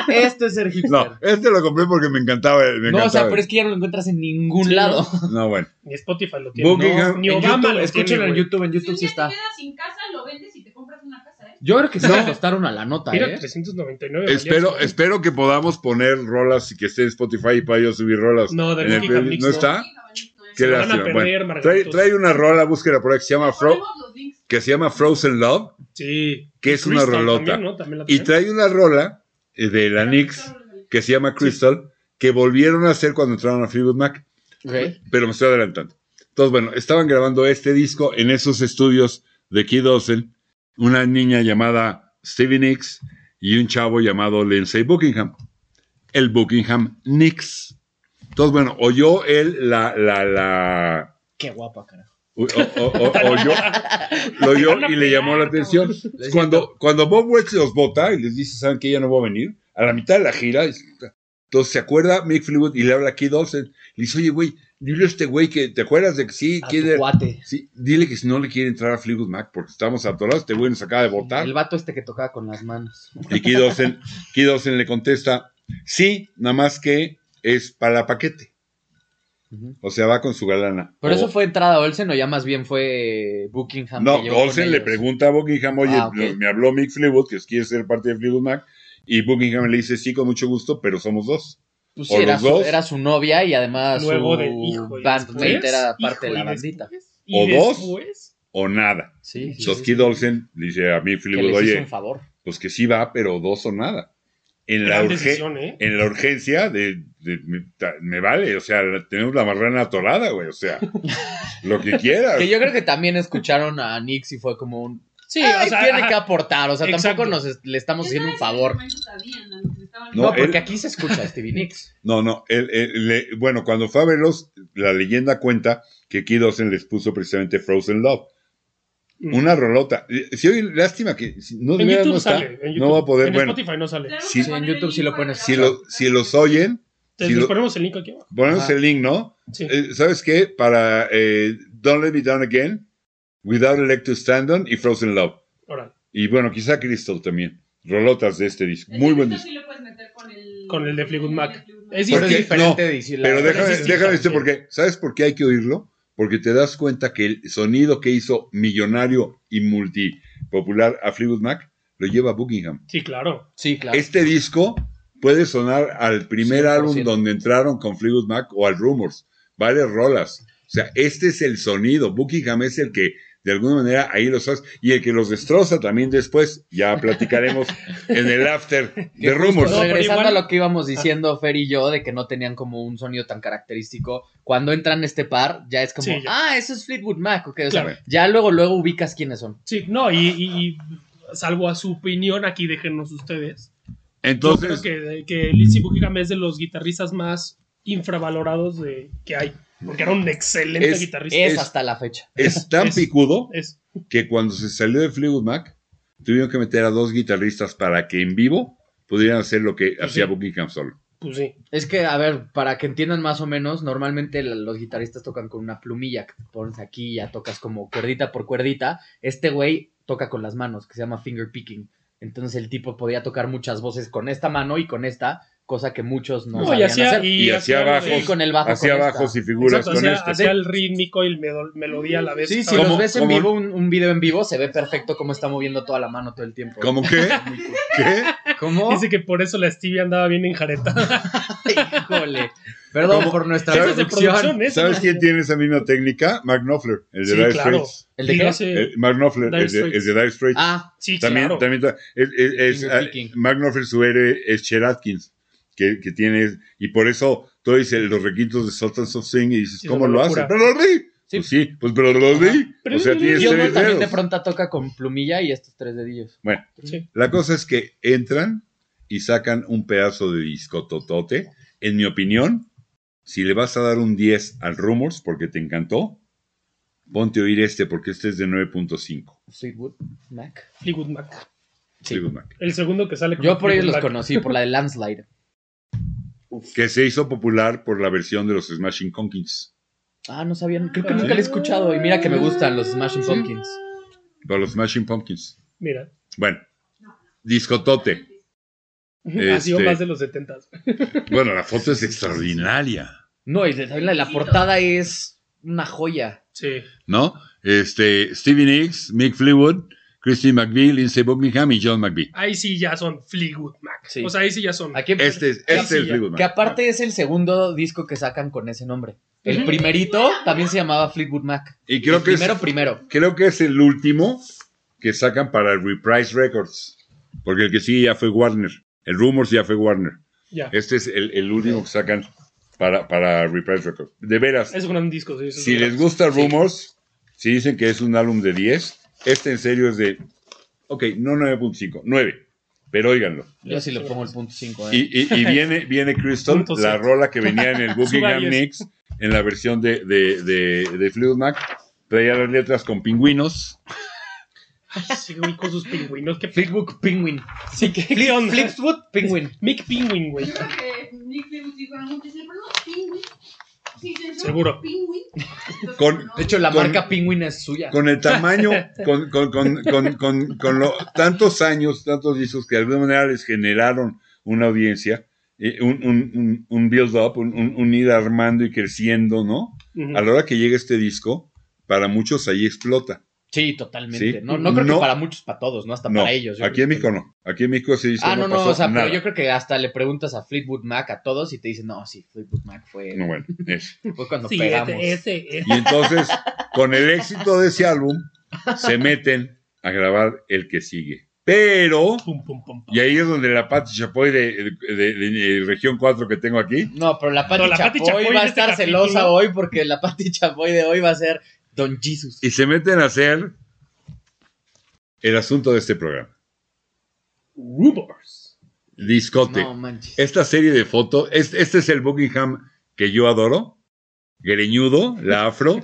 S3: Esto es ser hipster.
S1: No,
S3: No,
S1: este lo compré porque me encantaba. Me
S3: o sea,
S1: encantaba.
S3: pero es que ya no lo encuentras en ningún
S2: Sí,
S3: lado.
S1: No, bueno.
S2: Ni Spotify lo tiene.
S1: Buckingham,
S2: Ni
S3: En
S2: Obama
S3: YouTube,
S2: lo
S3: Escúchenlo
S2: tiene,
S3: en
S2: güey.
S3: YouTube, en
S4: Si
S3: YouTube
S4: un
S3: sí
S4: día
S3: está.
S4: te quedas sin casa, lo vendes y te compras una casa, ¿eh?
S3: Yo creo que sí le costaron a la nota,
S2: Mira,
S3: ¿eh?
S2: 399. valía
S1: Espero,
S2: eso.
S1: espero que podamos poner rolas y que esté en Spotify y pueda yo subir rolas.
S2: No, de
S1: en el
S2: Buckingham
S1: playlist.
S2: Mix
S1: ¿No
S2: no.
S1: está?
S4: Sí, jabalí, no es.
S1: Qué
S2: Se van a
S1: lástima.
S2: perder,
S1: Bueno, trae,
S2: Margaritos.
S1: trae una rola, búsquela por ahí, que se llama, Fro-
S4: Ponemos los links.
S1: que se llama Frozen Love
S2: Sí.
S1: que es una
S2: Crystal
S1: rolota.
S2: también, ¿no? También la
S1: y
S2: tenía.
S1: trae una rola eh, de la Nix que se llama Crystal que volvieron a hacer cuando entraron a Fleetwood Mac,
S3: Ok.
S1: pero me estoy adelantando. Entonces, bueno, estaban grabando este disco en esos estudios de Keith Olsen, una niña llamada Stevie Nicks y un chavo llamado Lindsay Buckingham. el Buckingham Nicks. Entonces, bueno, oyó él la, la, la,
S3: Qué guapa, carajo.
S1: o- o- o- o- oyó, lo oyó y le llamó la atención. Entonces, Cuando, cuando Bob Welch los vota y les dice, ¿saben que ya no va a venir? A la mitad de la gira, dice, "Puta". entonces se acuerda Mick Fleetwood y le habla a Keith Olsen. Le dice, oye, güey, dile a este güey que, ¿te acuerdas de que sí?
S3: A
S1: quién
S3: tu
S1: era?"
S3: cuate.
S1: Sí, dile que si no le quiere entrar a Fleetwood Mac porque estamos atorados, este güey nos acaba de votar.
S3: El vato este que tocaba con las manos.
S1: Y Keith Olsen, Keith Olsen le contesta, sí, nada más que es para paquete.
S3: Ujú.
S1: O sea, va con su galana.
S3: Pero eso
S1: O-
S3: fue entrada Olsen o ya más bien fue
S1: Oh.
S3: Buckingham.
S1: No,
S3: que llegó con
S1: Olsen le
S3: ellos?
S1: pregunta a Buckingham, oye,
S3: Ah, ok.
S1: lo- me habló Mick Fleetwood, que quiere ser parte de Fleetwood Mac, y Buckingham le dice, sí, con mucho gusto, pero somos dos.
S3: Pues
S1: o
S3: sí, era
S1: los
S3: su,
S1: dos.
S3: era su novia y además
S2: Luego
S3: su
S2: de hijo y
S3: bandmate
S2: después,
S3: era parte de
S2: hijo
S3: la
S2: y
S3: bandita.
S2: después, y
S1: O dos.
S2: después,
S1: O nada.
S3: Sí, sí,
S1: Entonces,
S3: sí,
S1: Keith
S3: sí.
S1: Olsen le dice a Mick
S3: Que les
S1: Fleetwood,
S3: hizo
S1: oye,
S3: un favor.
S1: pues que sí va, pero dos o nada. En la,
S2: gran
S1: urge-
S2: decisión, ¿eh?
S1: en la urgencia de, de- me, ta- me vale, o sea, la- tenemos la marrana atorada, güey, o sea, lo que quieras.
S3: Que yo creo que también escucharon a Nix y fue como un.
S2: Sí,
S3: "Ay,
S2: Ah, o sea,
S3: tiene
S2: ajá.
S3: que aportar. O sea,
S2: Exacto.
S3: tampoco nos es- le estamos haciendo un
S4: Esa vez
S3: favor.
S4: en ese momento sabían a lo que le estaban
S1: No,
S3: No,
S4: dando.
S1: él-
S3: porque aquí se escucha a Stevie Nicks.
S1: No, no. él- él- le- bueno, cuando fue a verlos, la leyenda cuenta que Keith Olsen les puso precisamente Frozen Love.
S2: Mm.
S1: Una rolota. Eh, Sí, oye, lástima que si- no, de
S2: en
S1: veras
S2: YouTube
S1: no está.
S2: sale. en
S1: no
S2: YouTube.
S1: va a poder.
S2: En
S1: bueno,
S2: Spotify no sale.
S4: Tenemos
S1: si-
S4: que
S1: Sí,
S3: en
S4: poner el
S3: YouTube sí
S4: link
S3: lo
S4: para
S3: pones.
S4: que
S1: si,
S4: la
S1: lo-
S4: vean.
S1: si los oyen,
S2: Entonces,
S1: si
S2: les
S1: lo-
S2: ponemos el link aquí abajo.
S1: ponemos
S3: Ajá.
S1: el link, ¿no?
S2: Sí.
S1: Eh, ¿Sabes qué? Para eh, Don't Let Me Down Again, Without a Leg to Stand On y Frozen Love.
S2: Órale.
S1: Y bueno, quizá Crystal también. Rolotas de este disco. Muy buen
S4: bueno
S1: disco.
S4: Sí lo puedes meter con el,
S2: Con el de Fleetwood Mac.
S4: Es
S1: Porque-
S2: Es
S3: Pero es diferente
S1: no,
S3: de decir la-
S1: Pero
S3: es
S1: déjame,
S3: distinto,
S1: déjame decirte
S3: sí.
S1: por qué. ¿Sabes por qué hay que oírlo? Porque te das cuenta que el sonido que hizo millonario y multipopular a Fleetwood Mac lo lleva a Buckingham.
S2: Sí, claro.
S3: Sí, claro.
S1: Este disco puede sonar al primer
S3: 100%.
S1: álbum donde entraron con Fleetwood Mac o al Rumors. Varias rolas. O sea, este es el sonido. Buckingham es el que de alguna manera ahí los hace y el que los destroza también después. Ya platicaremos en el after
S3: Que
S1: de
S3: justo,
S1: Rumors.
S2: No, pero
S3: regresando
S2: igual-
S3: a lo que íbamos diciendo Fer y yo, de que no tenían como un sonido tan característico, cuando entran este par, ya es como,
S2: Sí, ya.
S3: ah, eso es Fleetwood Mac, ok, o sea,
S2: Claro.
S3: ya luego, luego ubicas quiénes son.
S2: Sí, no, y, y- y salvo a su opinión, aquí déjenos ustedes.
S1: Entonces,
S2: Yo creo que, que Lindsey Buckingham es de los guitarristas más infravalorados de, que hay. Porque era un excelente
S1: Es-
S2: guitarrista.
S3: Es,
S1: Es-
S3: hasta la fecha.
S1: es tan
S2: Es-
S1: picudo
S2: Es-
S1: que cuando se salió de Fleetwood Mac, tuvieron que meter a dos guitarristas para que en vivo pudieran hacer lo que hacía
S2: Ujú.
S1: Buckingham solo.
S2: pues sí.
S3: Es que, a ver, para que entiendan más o menos, normalmente la- los guitarristas tocan con una plumilla que te pones aquí y ya tocas como cuerdita por cuerdita. Este güey toca con las manos, que se llama finger picking. Entonces el tipo podía tocar muchas voces con esta mano y con esta, cosa que muchos no,
S2: No, y pues,
S3: sabían
S2: hacía,
S3: hacer.
S1: Y hacía
S2: lo de-
S1: bajos,
S3: Y con el bajo.
S1: Hacía
S3: con esta.
S1: bajos y figuras
S2: Exacto,
S1: con
S2: hacía,
S1: este.
S2: hacía el rítmico y el medo- melodía a la vez.
S3: Sí, si
S2: Estaba-
S1: ¿Cómo-
S3: los ves en
S1: cómo-
S3: vivo, un, un video en vivo, se ve perfecto cómo está moviendo toda la mano todo el tiempo.
S1: ¿Cómo qué? ¿Qué?
S3: ¿Cómo?
S2: Dice que por eso la Stevie andaba bien enjaretada.
S3: Híjole. Perdón
S1: ¿Cómo?
S3: por nuestra
S2: Eso es de
S3: producción.
S2: producción, ¿eh?
S1: ¿Sabes quién tiene esa misma técnica? Mark Knopfler, el de
S2: Sí,
S1: Dire
S2: claro.
S1: Straits.
S3: ¿El de
S2: Y
S3: qué?
S2: hace-
S1: Eh, Mark Knopfler,
S2: Dire
S1: el de,
S2: Straits.
S1: el de Dire Straits.
S3: Ah,
S2: Sí,
S1: también,
S2: claro.
S1: también ta- es- es- es-
S3: Finger
S1: ah,
S3: picking.
S1: Mark Knopfler, su héroe es Chet Atkins, que, que tiene, y por eso todo dice los requintos de Sultans of Sing, y dices,
S2: Sí, es
S1: ¿cómo
S2: una
S1: lo hace?
S2: locura.
S1: ¡Pero lo rí!
S3: Sí.
S1: Pues sí, pues pero lo rí.
S2: Pero
S1: O sea,
S2: es-
S1: tienes
S2: Yo
S3: Diosmo
S1: tres
S3: también de
S1: dedos.
S3: pronto toca con plumilla y estos tres dedillos.
S1: Bueno,
S2: Sí.
S1: la cosa es que entran y sacan un pedazo de disco totote. En mi opinión, si le vas a dar un 10 al Rumors porque te encantó, ponte a oír este porque este es de 9.5.
S3: Sweetwood, Mac.
S2: Fleetwood Mac.
S3: Sí.
S1: Fleetwood Mac,
S2: El segundo que sale con
S3: Yo por ellos
S2: Fleetwood
S3: los
S2: Mac.
S3: conocí, por la de Landslide.
S1: Que se hizo popular por la versión de los Smashing Pumpkins.
S3: Ah, no sabían. Creo que nunca la he escuchado. Y mira que me gustan los Smashing Pumpkins.
S1: Por los Smashing Pumpkins.
S2: Mira.
S1: Bueno, discotote.
S2: Ha sido
S1: Este-
S2: más de los 70
S1: Bueno, la foto es extraordinaria,
S3: No, y de- también la de la portada es una joya.
S2: Sí.
S1: ¿no? Este, Stevie Nicks, Mick Fleetwood, Christine McVie, Lindsey Buckingham y John McVie.
S2: Ahí sí ya son Fleetwood Mac.
S3: Sí.
S2: O sea, ahí sí ya son.
S3: Aquí
S1: Este es, este
S2: Ahí sí
S1: es
S2: ya.
S1: Fleetwood Mac.
S3: Que aparte es el segundo disco que sacan con ese nombre. El primerito también se llamaba Fleetwood Mac.
S1: Y creo
S3: El
S1: que es-
S3: primero, primero.
S1: creo que es el último que sacan para Reprise Records. Porque el que sigue ya fue Warner. El Rumors ya fue Warner.
S2: Ya.
S3: Eh,
S1: Este es el, el último que sacan para, para Reprise Records. De veras,
S2: Es un gran disco. Sí, eso es
S1: si
S2: un gran-
S1: les gusta Rumors, si dicen que es un álbum de 10, este en serio es de. Ok, no 9.5, 9. Pero óiganlo.
S3: Yo sí le pongo el punto ¿eh? 5.
S1: Y, y- y viene, viene Crystal,
S2: Punto
S1: la
S2: siete.
S1: rola que venía en el Buckingham
S2: Suba diez.
S1: Mix, en la versión de, de, de, de Fleetwood Mac. Traía las letras con pingüinos.
S2: Ay, sí, güey, con sus pingüinos. Qué p-
S3: Fleetwood Penguin.
S2: Sí, qué
S3: Fle-
S2: qué onda.
S3: Fleetwood Penguin.
S2: Mick Penguin, güey.
S4: Yo creo que Nick Fleetwood dijo algo que se le pronunció pingüin. Sí, se le pronunció
S2: Seguro.
S4: pingüin.
S1: Con-
S4: Entonces,
S3: De hecho, la
S1: Con-
S3: marca Penguin es suya.
S1: con el tamaño, con, con, con, con, con- con lo- tantos años, tantos discos que de alguna manera les generaron una audiencia, eh, un, build-up, un, un- un ir armando y creciendo, ¿no?
S2: Ujú.
S1: A la hora que llega este disco, para muchos ahí explota.
S3: Sí, totalmente.
S1: Sí.
S3: No, no creo
S1: No.
S3: que para muchos, para todos, no hasta
S1: No,
S3: para ellos. yo
S1: aquí
S3: creo
S1: en
S3: que-
S1: México no. Aquí en México se dice
S3: Ah, no, no,
S1: pasó
S3: o sea,
S1: nada.
S3: pero yo creo que hasta le preguntas a Fleetwood Mac a todos y te dicen, no, sí, Fleetwood Mac fue,
S1: No, bueno, es.
S3: fue cuando
S2: Sí,
S3: pegamos.
S2: ese, ese, ese.
S1: Y entonces, con el éxito de ese álbum, se meten a grabar el que sigue. Pero...
S2: Pum, pum, pum, pum.
S1: Y ahí es donde la Patti Chapoy de, de- de- de Región 4 que tengo aquí,
S3: No, pero la Pati
S2: No, la Pati
S3: Chapoy,
S2: Chapoy
S3: va a
S2: de este
S3: estar
S2: capítulo.
S3: celosa hoy porque la Pati Chapoy de hoy va a ser Don Jesus.
S1: y se meten a hacer el asunto de este programa.
S2: Rumors.
S1: Discote.
S3: No manches.
S1: Esta serie de fotos, este, este es el Buckingham que yo adoro, greñudo, la afro. Eh,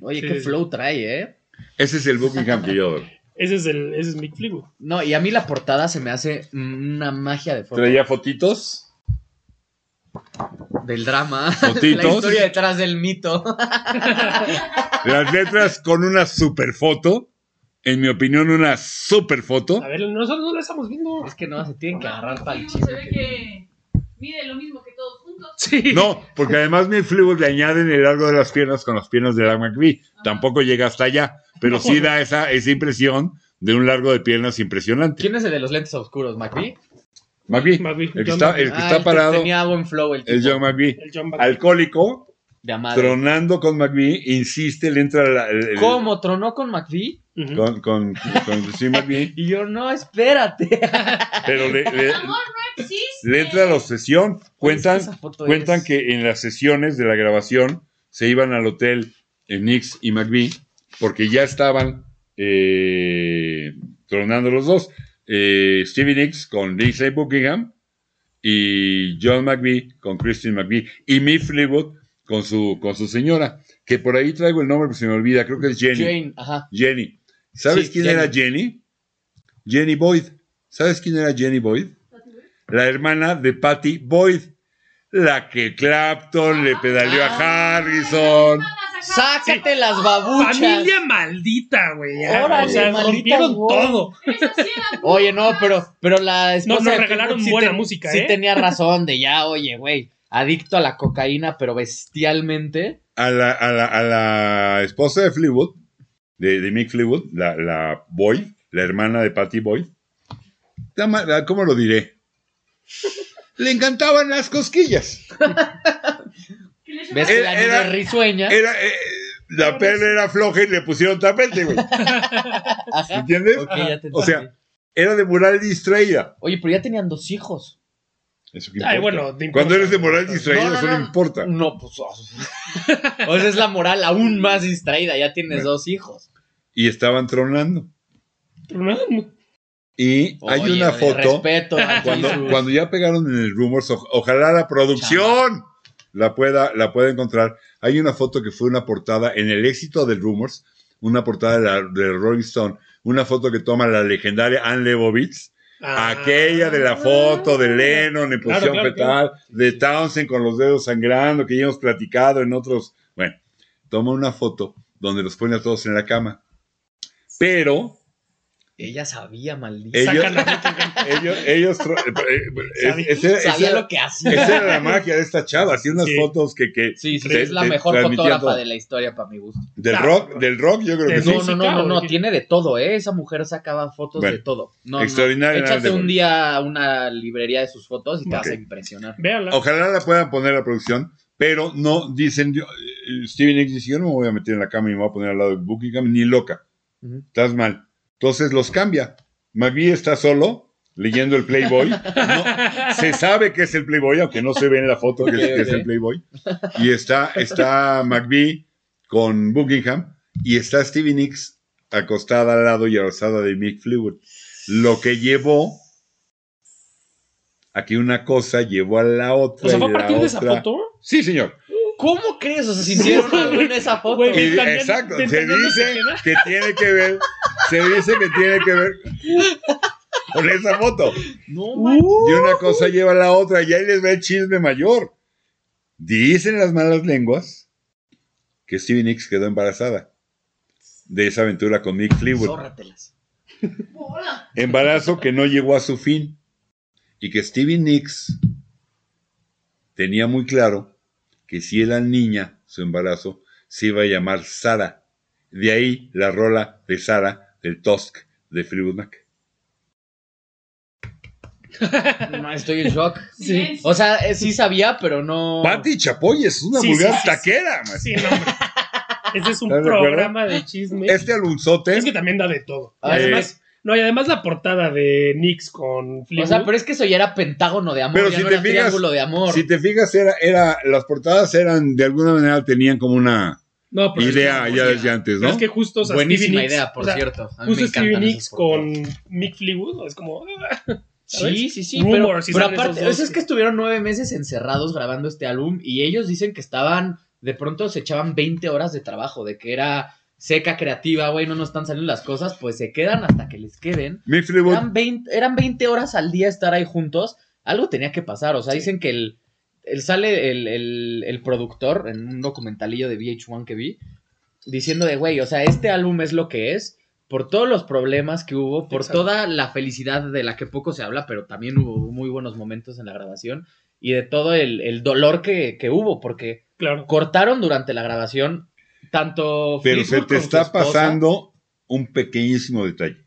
S3: Oye,
S2: Sí,
S3: qué
S2: sí, sí.
S3: flow trae, ¿eh?
S1: Ese es el Buckingham que yo adoro.
S2: Ese es, el, ese es Mick Fleetwood.
S3: No, y a mí la portada se me hace una magia de foto.
S1: Traía fotitos
S3: del drama,
S1: Fotitos.
S3: la historia detrás del mito.
S1: Las letras con una super foto. En mi opinión, una super foto.
S2: A ver, nosotros no la estamos viendo.
S3: Es que no, se tienen que agarrar para el
S4: Digo, se ve
S3: chiste.
S4: que mide lo mismo que todos juntos.
S2: Sí.
S1: No, porque además mi fluid le añaden el largo de las piernas con las piernas de la McVie. Tampoco llega hasta allá, pero sí da esa, esa impresión de un largo de piernas impresionante.
S3: ¿Quién es el de los lentes oscuros, McVie?
S1: McVie,
S2: McVie,
S1: el que
S2: John
S1: está,
S2: McVie.
S1: el que
S3: Ah,
S1: está
S3: el
S1: parado
S3: Tenía buen flow el tipo.
S1: es John McVie.
S2: El John Bac-
S1: Alcohólico,
S3: De amado.
S1: tronando con McVie, insiste, le entra la- el- el-
S3: ¿Cómo tronó con McVie?
S2: Ujú.
S1: Con, con, con- sí, McVie,
S3: Y yo, no, espérate.
S1: pero le, le-
S4: Amor no existe.
S1: Eh, le entra la obsesión. Cuentan,
S3: Esa foto
S1: cuentan
S3: es-
S1: que en las sesiones de la grabación se iban al hotel en Nix y McVie porque ya estaban eh, tronando los dos. Eh, Stevie Nicks con Lindsay Buckingham y John McVie con Christine McVie y Miff Fleetwood con su, con su señora, que por ahí traigo el nombre, pero se me olvida, creo que es Jenny. Jenny.
S3: Jane, ajá.
S1: ¿Sabes
S3: Sí,
S1: quién
S3: Jenny.
S1: era Jenny? Jenny Boyd. ¿Sabes quién era Jenny Boyd? la hermana de Patty Boyd, la que Clapton le pedaleó
S4: Ah.
S1: a Harrison.
S3: Sácate las babuchas.
S2: Ah, Familia maldita, güey. Ah,
S3: Órale,
S2: o sea,
S3: maldita,
S2: rompieron
S3: wow.
S2: todo.
S3: Oye, no, pero, pero la esposa.
S2: nos
S3: de
S2: regalaron
S3: Pitbull sí
S2: buena
S3: ten-
S2: música,
S3: Sí
S2: ¿eh?
S3: tenía razón de ya, oye, güey. Adicto a la cocaína, pero bestialmente.
S1: A la, a la- a la esposa de Fleetwood, de, de Mick Fleetwood, la, la Boyd, la hermana de Patty Boyd. La ma- la- ¿Cómo lo diré? Le encantaban las cosquillas. Era-
S3: Ves que la niña
S1: Eh, era-
S3: risueña.
S1: Era, eh, la perla era floja y le pusieron tapete, güey.
S3: Ajá.
S1: ¿Entiendes?
S3: Ok, ya te
S1: O sea,
S3: entendí.
S1: Era de moral distraída.
S3: Oye, pero ya tenían dos hijos.
S1: Eso que
S2: Ay,
S1: importa.
S2: bueno, no importa.
S1: Cuando eres de moral distraída,
S3: No, no,
S1: eso no
S3: no.
S1: importa.
S3: No, pues. O o sea, es la moral aún más distraída. Ya tienes
S1: Bueno.
S3: dos hijos.
S1: Y estaban tronando.
S2: Tronando.
S1: Y hay
S3: Oye,
S1: una
S3: de
S1: foto.
S3: Respeto. a
S1: cuando,
S3: Jesus.
S1: cuando ya pegaron en el Rumors, o- ojalá la producción la pueda, la pueda encontrar. Hay una foto que fue una portada en el éxito del Rumors, una portada de, la- de Rolling Stone, una foto que toma la legendaria Anne Leibovitz,
S2: Ah.
S1: aquella de la foto de Lennon en
S2: Claro,
S1: posición
S2: claro,
S1: fetal, de Townsend con los dedos sangrando, que ya hemos platicado en otros. Bueno, toma una foto donde los pone a todos en la cama. Pero
S3: Ella sabía, maldita.
S1: ellos,
S2: Sacan la foto, güey.
S1: ellos, ellos tro- eh, eh,
S2: Sabía-
S1: ese- ese-
S3: sabía lo que hacía.
S1: Esa eh, era la magia de esta chava, hacía unas
S2: Sí.
S1: fotos que, que
S3: Sí, sí,
S1: te-
S3: es la
S1: te
S3: mejor
S1: transmitía todo.
S3: fotógrafa de la historia para mi gusto.
S1: del
S2: Claro.
S1: rock, del rock yo creo que
S2: Del
S1: sí.
S3: No, no, no, no, no,
S2: sí.
S3: tiene de todo, ¿eh? Esa mujer sacaba fotos
S1: Bueno,
S3: de todo. No, no.
S1: extraordinaria Ana
S3: Échate
S1: de
S3: un
S1: Bol-
S3: día a una librería de sus fotos y te vas a
S1: Ok.
S3: impresionar.
S2: Véanla.
S1: Ojalá la puedan poner la producción, pero no dicen, yo- eh, Steven X dice, yo no me voy a meter en la cama y me voy a poner al lado de Buckingham, ni loca,
S3: Ujú.
S1: estás mal. Entonces los cambia. McGee está solo leyendo el Playboy. No, se sabe que es el Playboy, aunque no se ve en la foto que, es- que es el
S3: Ok.
S1: Playboy. Y está, está McVie con Buckingham y está Stevie Nicks acostada al lado y abrazada de Mick Fleetwood. Lo que llevó a que una cosa llevó a la otra.
S2: O sea,
S1: y
S2: fue a
S1: la
S2: partir de esa
S1: otra.
S2: foto.
S1: Sí, señor.
S3: ¿Cómo crees? O sea, si hicieron algo en esa foto.
S2: Güey,
S1: Y-
S2: también
S1: exacto.
S2: de
S1: Se
S2: entender no se
S1: dice
S2: queda.
S1: que tiene que ver. Se dice que tiene que ver con esa foto.
S3: No, man.
S2: Uh,
S1: Y una cosa lleva a la otra, y ahí les ve el chisme mayor. Dicen las malas lenguas que Stevie Nicks quedó embarazada de esa aventura con Mick Fleetwood.
S3: Zórratelas.
S4: Hola.
S1: Embarazo que no llegó a su fin y que Stevie Nicks tenía muy claro que si era niña su embarazo se iba a llamar Sara. De ahí la rola de Sara del Tusk de Fleetwood Mac.
S3: No, estoy en shock.
S4: Sí.
S3: O sea, eh, sí sabía, pero no.
S1: Patty Chapoy es una
S2: Sí,
S1: vulgar
S2: sí, sí, sí.
S1: taquera. man.
S2: Sí, no, hombre. Este es un
S1: ¿Estás de acuerdo?
S2: programa de chisme.
S1: Este Eh, albunzote
S2: Es que también da de todo. Y
S3: Ah,
S2: además, no, y además la portada de Nix con Fleetwood.
S3: O sea, pero es que eso ya era pentágono de amor.
S1: Pero
S3: ya
S1: si
S3: no
S1: te
S3: era
S1: fijas-
S3: triángulo de amor.
S1: Si te fijas, era, era, las portadas eran, de alguna manera tenían como una
S2: no, pero es que-
S1: idea ya desde antes,
S2: pero
S1: ¿no?
S2: es que justo, o sea,
S3: Pues, Buenísima
S2: Stevie Nicks,
S3: idea, por
S2: o sea,
S3: cierto. A mí me
S2: Justo Stevie
S3: encantan
S2: Nicks
S3: esas fotos.
S2: con Mick Fleetwood es como. ah, ¿sabes?
S3: Sí, sí, sí.
S2: Rumors, y
S3: pero pero
S2: salen
S3: aparte,
S2: esos dos.
S3: pues, es que estuvieron nueve meses encerrados grabando este álbum y ellos dicen que estaban, de pronto se echaban 20 horas de trabajo, de que era seca, creativa, güey, no nos están saliendo las cosas, pues se quedan hasta que les queden.
S1: Mick Fleetwood,
S3: Eran 20, eran 20 horas al día estar ahí juntos, algo tenía que pasar, o sea, dicen que el... él sale el, el- el productor en un documentalillo de VH1 que vi, diciendo de, güey, o sea, este álbum es lo que es, por todos los problemas que hubo, por
S2: Exacto.
S3: toda la felicidad de la que poco se habla, pero también hubo muy buenos momentos en la grabación, y de todo el, el dolor que, que hubo, porque
S2: Claro.
S3: cortaron durante la grabación tanto...
S1: Pero
S3: Fleetwood
S1: se te
S3: con su
S1: está
S3: esposa-
S1: pasando un pequeñísimo detalle.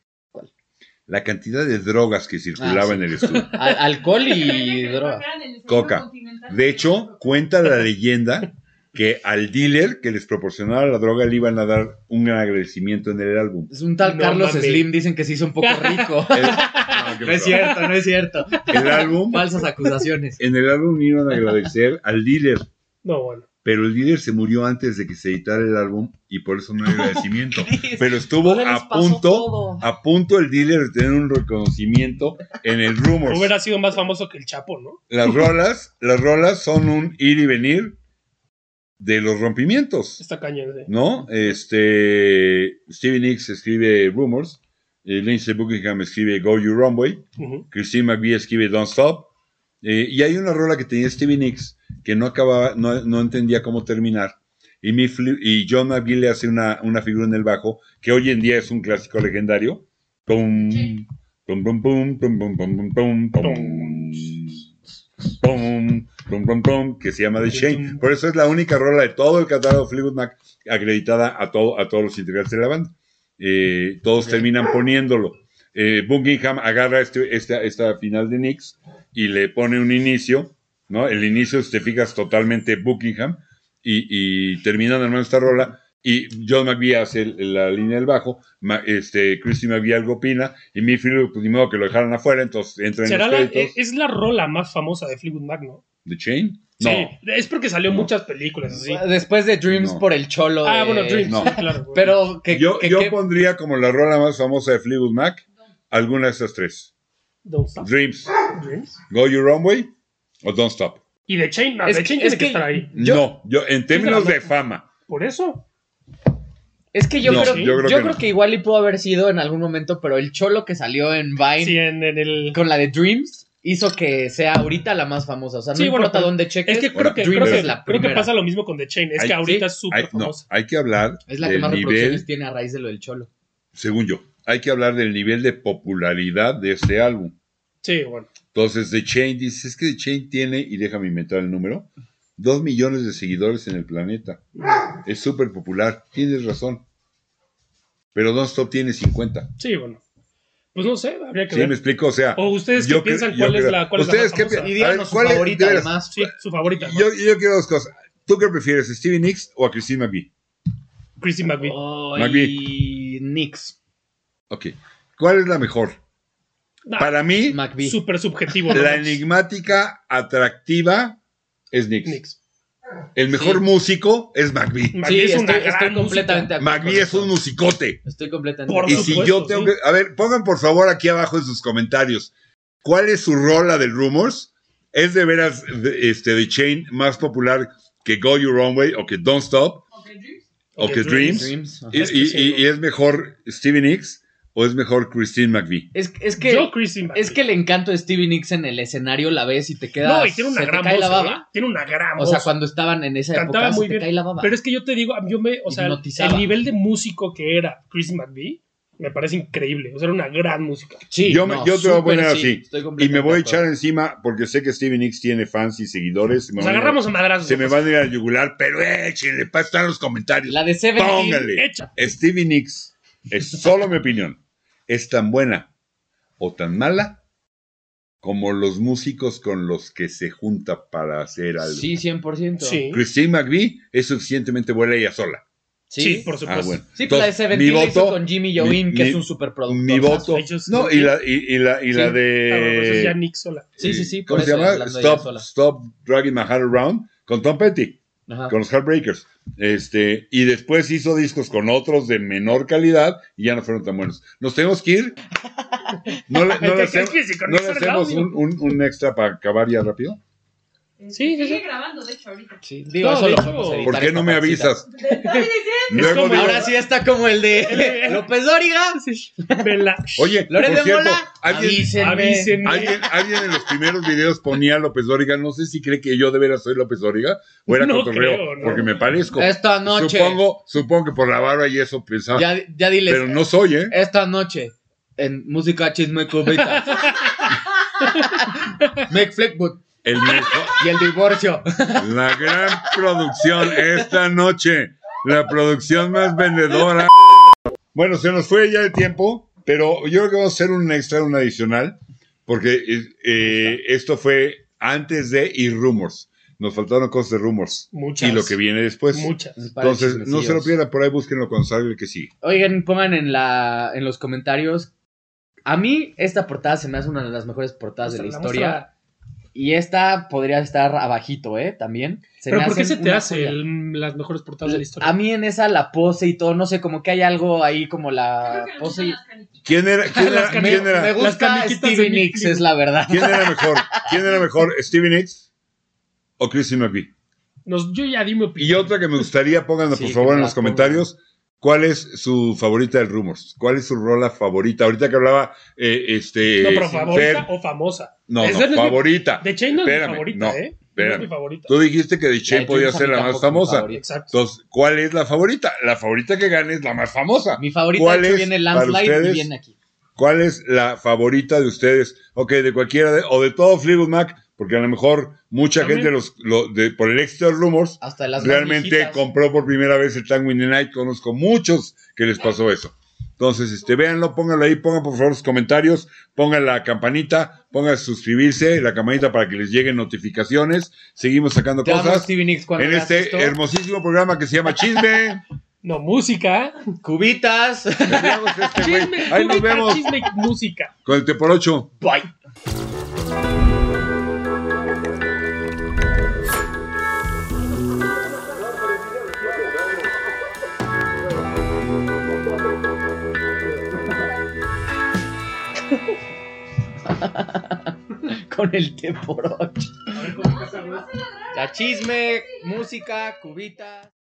S1: La cantidad de drogas que circulaba
S3: Ah, sí.
S1: en el estudio.
S3: Al- alcohol y
S4: Espérate,
S3: droga.
S4: acá del desayuno
S1: Coca.
S4: continental.
S1: De hecho, cuenta la leyenda que al dealer que les proporcionaba la droga le iban a dar un gran agradecimiento en el álbum.
S3: Es un tal
S2: No
S3: Carlos
S2: mames.
S3: Slim, dicen que se hizo un poco rico.
S1: El,
S3: no es cierto, no es cierto.
S1: El álbum,
S3: Falsas acusaciones.
S1: en el álbum iban a agradecer al dealer,
S2: No, bueno.
S1: pero el dealer se murió antes de que se editara el álbum y por eso no hay agradecimiento. Pero estuvo a punto, a punto el dealer de tener un reconocimiento en el Rumors.
S2: Hubiera sido más famoso que el Chapo, ¿no?
S1: Las rolas, las rolas son un ir y venir de los rompimientos.
S2: Está cañón. sí.
S1: ¿no? Este, Stevie Nicks escribe Rumors, eh, Lindsey Buckingham escribe Go Your Own Way,
S2: Ujú.
S1: Christine McVie escribe Don't Stop, eh, y hay una rola que tenía Stevie Nicks que no acababa, no, no entendía cómo terminar, y, Mifflin- y John McVie le hace una, una figura en el bajo, que hoy en día es un clásico legendario, Pum,
S4: Sí.
S1: pum, pum, pum, pum, pum, pum, pum, pum, pum. Pum, pum, pum, pum, que se llama The Shane. Por eso es la única rola de todo el catálogo de Fleetwood Mac acreditada a, todo, a todos los integrantes de la banda. Eh, todos terminan poniéndolo. Eh, Buckingham agarra este, esta, esta final de Knicks y le pone un inicio, ¿no? El inicio, si te fijas, totalmente Buckingham y, y terminan armando esta rola. Y John McVie hace el- la línea del bajo, Ma- este, Christy McVie algo opina, y Mifflin, pues ni modo que lo dejaron afuera, entonces entra en
S2: Será
S1: los
S2: la,
S1: créditos.
S2: e- es la rola más famosa de Fleetwood Mac, ¿no?
S1: ¿The Chain? No.
S2: Sí, es porque salió en muchas películas así.
S3: Después de Dreams
S1: No.
S3: por el cholo.
S2: Ah,
S3: de-
S2: bueno, Dreams,
S1: no.
S2: sí, claro. güey.
S3: eh, Pero que,
S1: yo
S3: que-
S1: yo
S3: que-
S1: pondría como la rola más famosa de Fleetwood Mac alguna de esas tres.
S2: Don't Stop
S1: Dreams,
S2: Dreams.
S1: Go Your Own Way o Don't Stop.
S2: Y The Chain, no,
S3: Es
S2: The
S3: que-
S2: Chain tiene
S3: es
S2: que,
S3: que-
S2: estar ahí.
S3: Yo-
S1: no, yo en términos de fama.
S2: Por eso.
S3: es que yo,
S1: No,
S3: creo,
S2: sí,
S1: yo creo que no.
S3: igual y pudo haber sido en algún momento, pero el cholo que salió en Vine
S2: Sí, en, en el.
S3: con la de Dreams hizo que sea ahorita la más famosa. O sea, no
S2: Sí, bueno,
S3: importa
S2: pero-
S3: dónde cheques.
S2: Es que creo que,
S3: Dreams
S2: creo que,
S3: es la
S2: creo que
S3: primera.
S2: pasa lo mismo con The Chain. Es
S1: Ay,
S2: que ahorita
S3: sí,
S2: es
S1: Hay,
S2: súper
S1: no,
S2: famosa.
S1: hay que hablar
S3: es la que
S1: del
S3: más este-
S1: nivel,
S3: reproducciones tiene a raíz de lo del cholo.
S1: según yo, hay que hablar del nivel de popularidad de este álbum.
S2: Sí, bueno.
S1: Entonces, The Chain dice, es que The Chain tiene, y déjame inventar el número, dos millones de seguidores en el planeta. Es súper popular, tienes razón. Pero Don't Stop tiene 50.
S2: Sí, bueno. Pues no sé, habría que
S1: ¿Sí
S2: ver. Oh,
S1: me explico? O sea,
S2: O ustedes
S1: Yo
S2: que piensan
S1: creo- yo
S2: cuál es
S1: creo.
S2: la cuál es la
S1: ¿Ustedes
S2: más
S1: qué
S2: famosa.
S1: piensan?
S3: Y
S1: A ver,
S3: díganos su
S1: ¿cuál es- de
S3: favorita,
S1: veras?
S3: además.
S2: Sí, su favorita. ¿no?
S1: Yo, yo quiero dos cosas. ¿Tú qué prefieres, Stevie Nicks o a Christine McVie?
S2: Christy McVie.
S3: Oh,
S1: McVie.
S3: y Nix.
S1: Ok. ¿Cuál es la mejor?
S2: Nah,
S1: Para mí,
S3: McVie.
S2: súper subjetivo. ¿no?
S1: la enigmática, atractiva es Nicks.
S2: Knicks.
S1: El mejor
S3: Sí.
S1: músico es McVie.
S2: McVie
S3: sí,
S2: es una
S3: estoy,
S2: gran
S3: estoy
S2: música.
S3: completamente de acuerdo
S1: McVie
S3: con
S1: es un
S3: eso.
S1: musicote.
S3: Estoy completamente de
S2: Por
S1: y
S3: acuerdo.
S1: si
S2: supuesto,
S1: yo tengo
S2: sí.
S1: que... A ver, pongan por favor aquí abajo en sus comentarios. ¿Cuál es su rola del Rumors? ¿Es de veras de- este, The Chain más popular que Go Your Own Way o que Don't Stop
S4: Ok, Dreams.
S1: o
S2: Que
S1: que Dreams?
S2: Dreams.
S3: Dreams, ajá.
S1: ¿Y,
S2: Es que
S1: y-
S2: sí,
S1: y- y es mejor Stevie Nicks o es mejor Christine McVie?
S3: Es, es que
S2: Yo, Christy McVie.
S3: es que el encanto de Stevie Nicks en el escenario la ves y te queda
S2: No, y tiene una
S3: se te
S2: gran
S3: cae
S2: voz.
S3: la
S2: ¿eh?
S3: baba.
S2: Tiene una gran
S3: O
S2: voz.
S3: sea, cuando estaban en esa
S2: Cantaba
S3: época
S2: muy
S3: se te
S2: bien,
S3: cae la baba.
S2: Pero es que yo te digo, yo me, o sea, el-
S3: Hipnotizaba.
S2: el nivel de músico que era Chris McVie me parece increíble. O sea, era una gran música.
S3: Sí,
S1: Yo me- yo te voy a
S3: súper
S1: poner así.
S3: estoy
S1: Y me
S3: completamente
S1: voy a
S3: de acuerdo.
S1: echar encima porque sé que Stevie Nicks tiene fans y seguidores. Se me,
S2: Nos
S1: van a ir-
S2: agarramos a madrazos.
S1: se me van a ir a yugular, pero échenle, pa, están los comentarios.
S3: La de Seventeen.
S1: Póngale.
S2: Hecha.
S1: Stevie Nicks, es solo mi opinión, es tan buena o tan mala como los músicos con los que se junta para hacer algo.
S3: Sí, 100%.
S2: Sí.
S1: Christine McVie es suficientemente buena ella sola.
S3: Sí.
S2: Sí, pues
S3: Sí,
S2: por
S1: Ah,
S2: supuesto.
S1: bueno.
S3: pero la de
S1: Entonces,
S3: Seventeen
S1: mi
S3: la hizo
S1: voto-
S3: con Jimmy Jovin,
S1: mi-
S3: que es
S1: mi-
S3: un superproductor.
S1: mi voto.
S2: ellos-
S1: No, y la, y, y la, y la
S3: Sí.
S2: Ah, bueno, pues es ya
S1: de.
S2: Nick sola.
S3: Sí, sí, sí,
S1: ¿Cómo
S3: por
S1: se
S3: eso,
S1: llama?
S3: hablando de ella
S1: Stop,
S3: sola.
S1: Stop Dragging My Heart Around con Tom Petty,
S3: Ajá.
S1: con los Heartbreakers. Este, y después hizo discos con otros de menor calidad y ya no fueron tan buenos. Nos tenemos que ir. No le, no le
S2: Es que-
S1: hacemos,
S2: es que si
S1: no le
S2: conectas el
S1: hacemos
S2: audio.
S1: un, un- un extra para acabar ya rápido.
S4: Este,
S2: Sí, sí,
S4: Sigue
S2: sí.
S4: grabando, de hecho, ahorita.
S3: Sí, digo,
S2: No,
S3: eso
S2: de
S3: lo
S2: hecho,
S3: podemos editar
S1: ¿Por qué
S3: esta
S1: no me
S3: partecita.
S1: avisas? Luego
S2: como
S1: digo,
S3: Ahora sí está como el de López Dóriga.
S2: Vela.
S1: oye,
S3: Lore
S1: por
S3: de
S1: cierto,
S3: Mola.
S1: alguien,
S3: Avísenme.
S2: Avísenme.
S1: alguien, alguien en los primeros videos ponía a López Dóriga, no sé si cree que yo de veras soy López Dóriga o era
S2: No
S1: cotorreo,
S2: creo, no.
S1: porque me parezco.
S3: Esta noche.
S1: Supongo, supongo que por la barba y eso pensaba,
S3: Ya, ya diles.
S1: pero no soy, ¿eh?
S3: Esta noche. En música chisme cubita. Mick Fleetwood
S1: El mejor,
S3: y el divorcio.
S1: La gran producción esta noche. La producción más vendedora. Bueno, se nos fue ya el tiempo, pero yo creo que vamos a hacer un extra, un adicional, porque eh, esto fue antes de y rumors. Nos faltaron cosas de rumors.
S2: Muchas.
S1: Y lo que viene después.
S2: Muchas.
S3: Para
S1: Entonces, no se lo
S3: chismecillos.
S1: pierdan por ahí, búsquenlo cuando salga el que sigue.
S3: Oigan, pongan en, la, en los comentarios. A mí, esta portada se me hace una de las mejores portadas de la
S2: Muéstrala,
S3: historia.
S2: muéstrala.
S3: Y esta podría estar abajito, ¿eh? También. Se
S2: ¿Pero
S3: me
S2: por qué
S3: hacen
S2: se te
S3: una
S2: hace
S3: joya.
S2: el- las mejores portadas de la historia?
S3: A mí en esa la pose y todo, no sé, como que hay algo ahí como la
S2: Ah,
S4: Creo que nos
S3: pose.
S4: gustan
S3: y-
S4: las caniquitas.
S1: ¿Quién era, quién era,
S2: Las
S1: quién
S2: cami-
S1: era-
S3: Me
S2: Las
S3: gusta
S2: camisetas de
S3: Stevie
S2: Nick
S3: Nicks,
S2: Fury.
S3: es la verdad.
S1: quién era mejor? ¿Quién era mejor, Steven Nicks o Christine McVie?
S2: Nos- yo ya di mi opinión.
S1: Y otra que me gustaría, pónganos
S3: Sí,
S1: por
S3: que
S1: favor
S3: me
S1: en
S3: la
S1: los comentarios, ¿cuál es su favorita del Rumors? ¿Cuál es su rola favorita? Ahorita que hablaba, eh, este...
S2: No, pero
S1: Fer-
S2: favorita o famosa.
S1: no,
S2: Esa
S1: no,
S2: no es mi-
S1: favorita.
S2: De Chain no es mi
S1: Espérame,
S2: favorita,
S1: no,
S2: ¿eh? No es
S1: espérame.
S2: mi favorita.
S1: Tú dijiste que The
S3: La de
S1: Chain podía
S3: James
S1: ser la
S3: Bond
S1: más
S3: tampoco es mi
S1: famosa.
S3: favorita.
S2: Exacto.
S1: Entonces, ¿cuál es la favorita? La favorita que gane es la más famosa.
S3: Mi favorita
S1: ¿Cuál
S3: de hecho,
S1: es
S3: viene
S1: para
S3: Landslide
S1: ustedes?
S3: y viene aquí.
S1: ¿Cuál es la favorita de ustedes? Ok, de cualquiera, de- o de todo Fleetwood Mac, porque a lo mejor mucha
S2: También.
S1: gente los, lo- de- por el éxito de Rumors
S3: Hasta de las más
S1: realmente
S3: viejitas.
S1: compró por primera vez el Tango in the Night. Conozco muchos que les pasó eso. Entonces, este, véanlo, pónganlo ahí, pongan por favor sus comentarios, pongan la campanita, pongan suscribirse, la campanita para que les lleguen notificaciones. Seguimos sacando
S3: Te amo,
S1: cosas
S3: Stevie Nicks, cuando
S1: en
S3: veas
S1: este
S3: esto.
S1: hermosísimo programa que se llama Chisme.
S2: No, música.
S3: Cubitas.
S1: Veamos este güey.
S2: Chisme,
S1: ahí nos
S2: cubita,
S1: vemos
S2: chisme, música.
S1: con el Te por 8.
S3: Bye. Con el temporocho. Ya chisme, música, cubitas.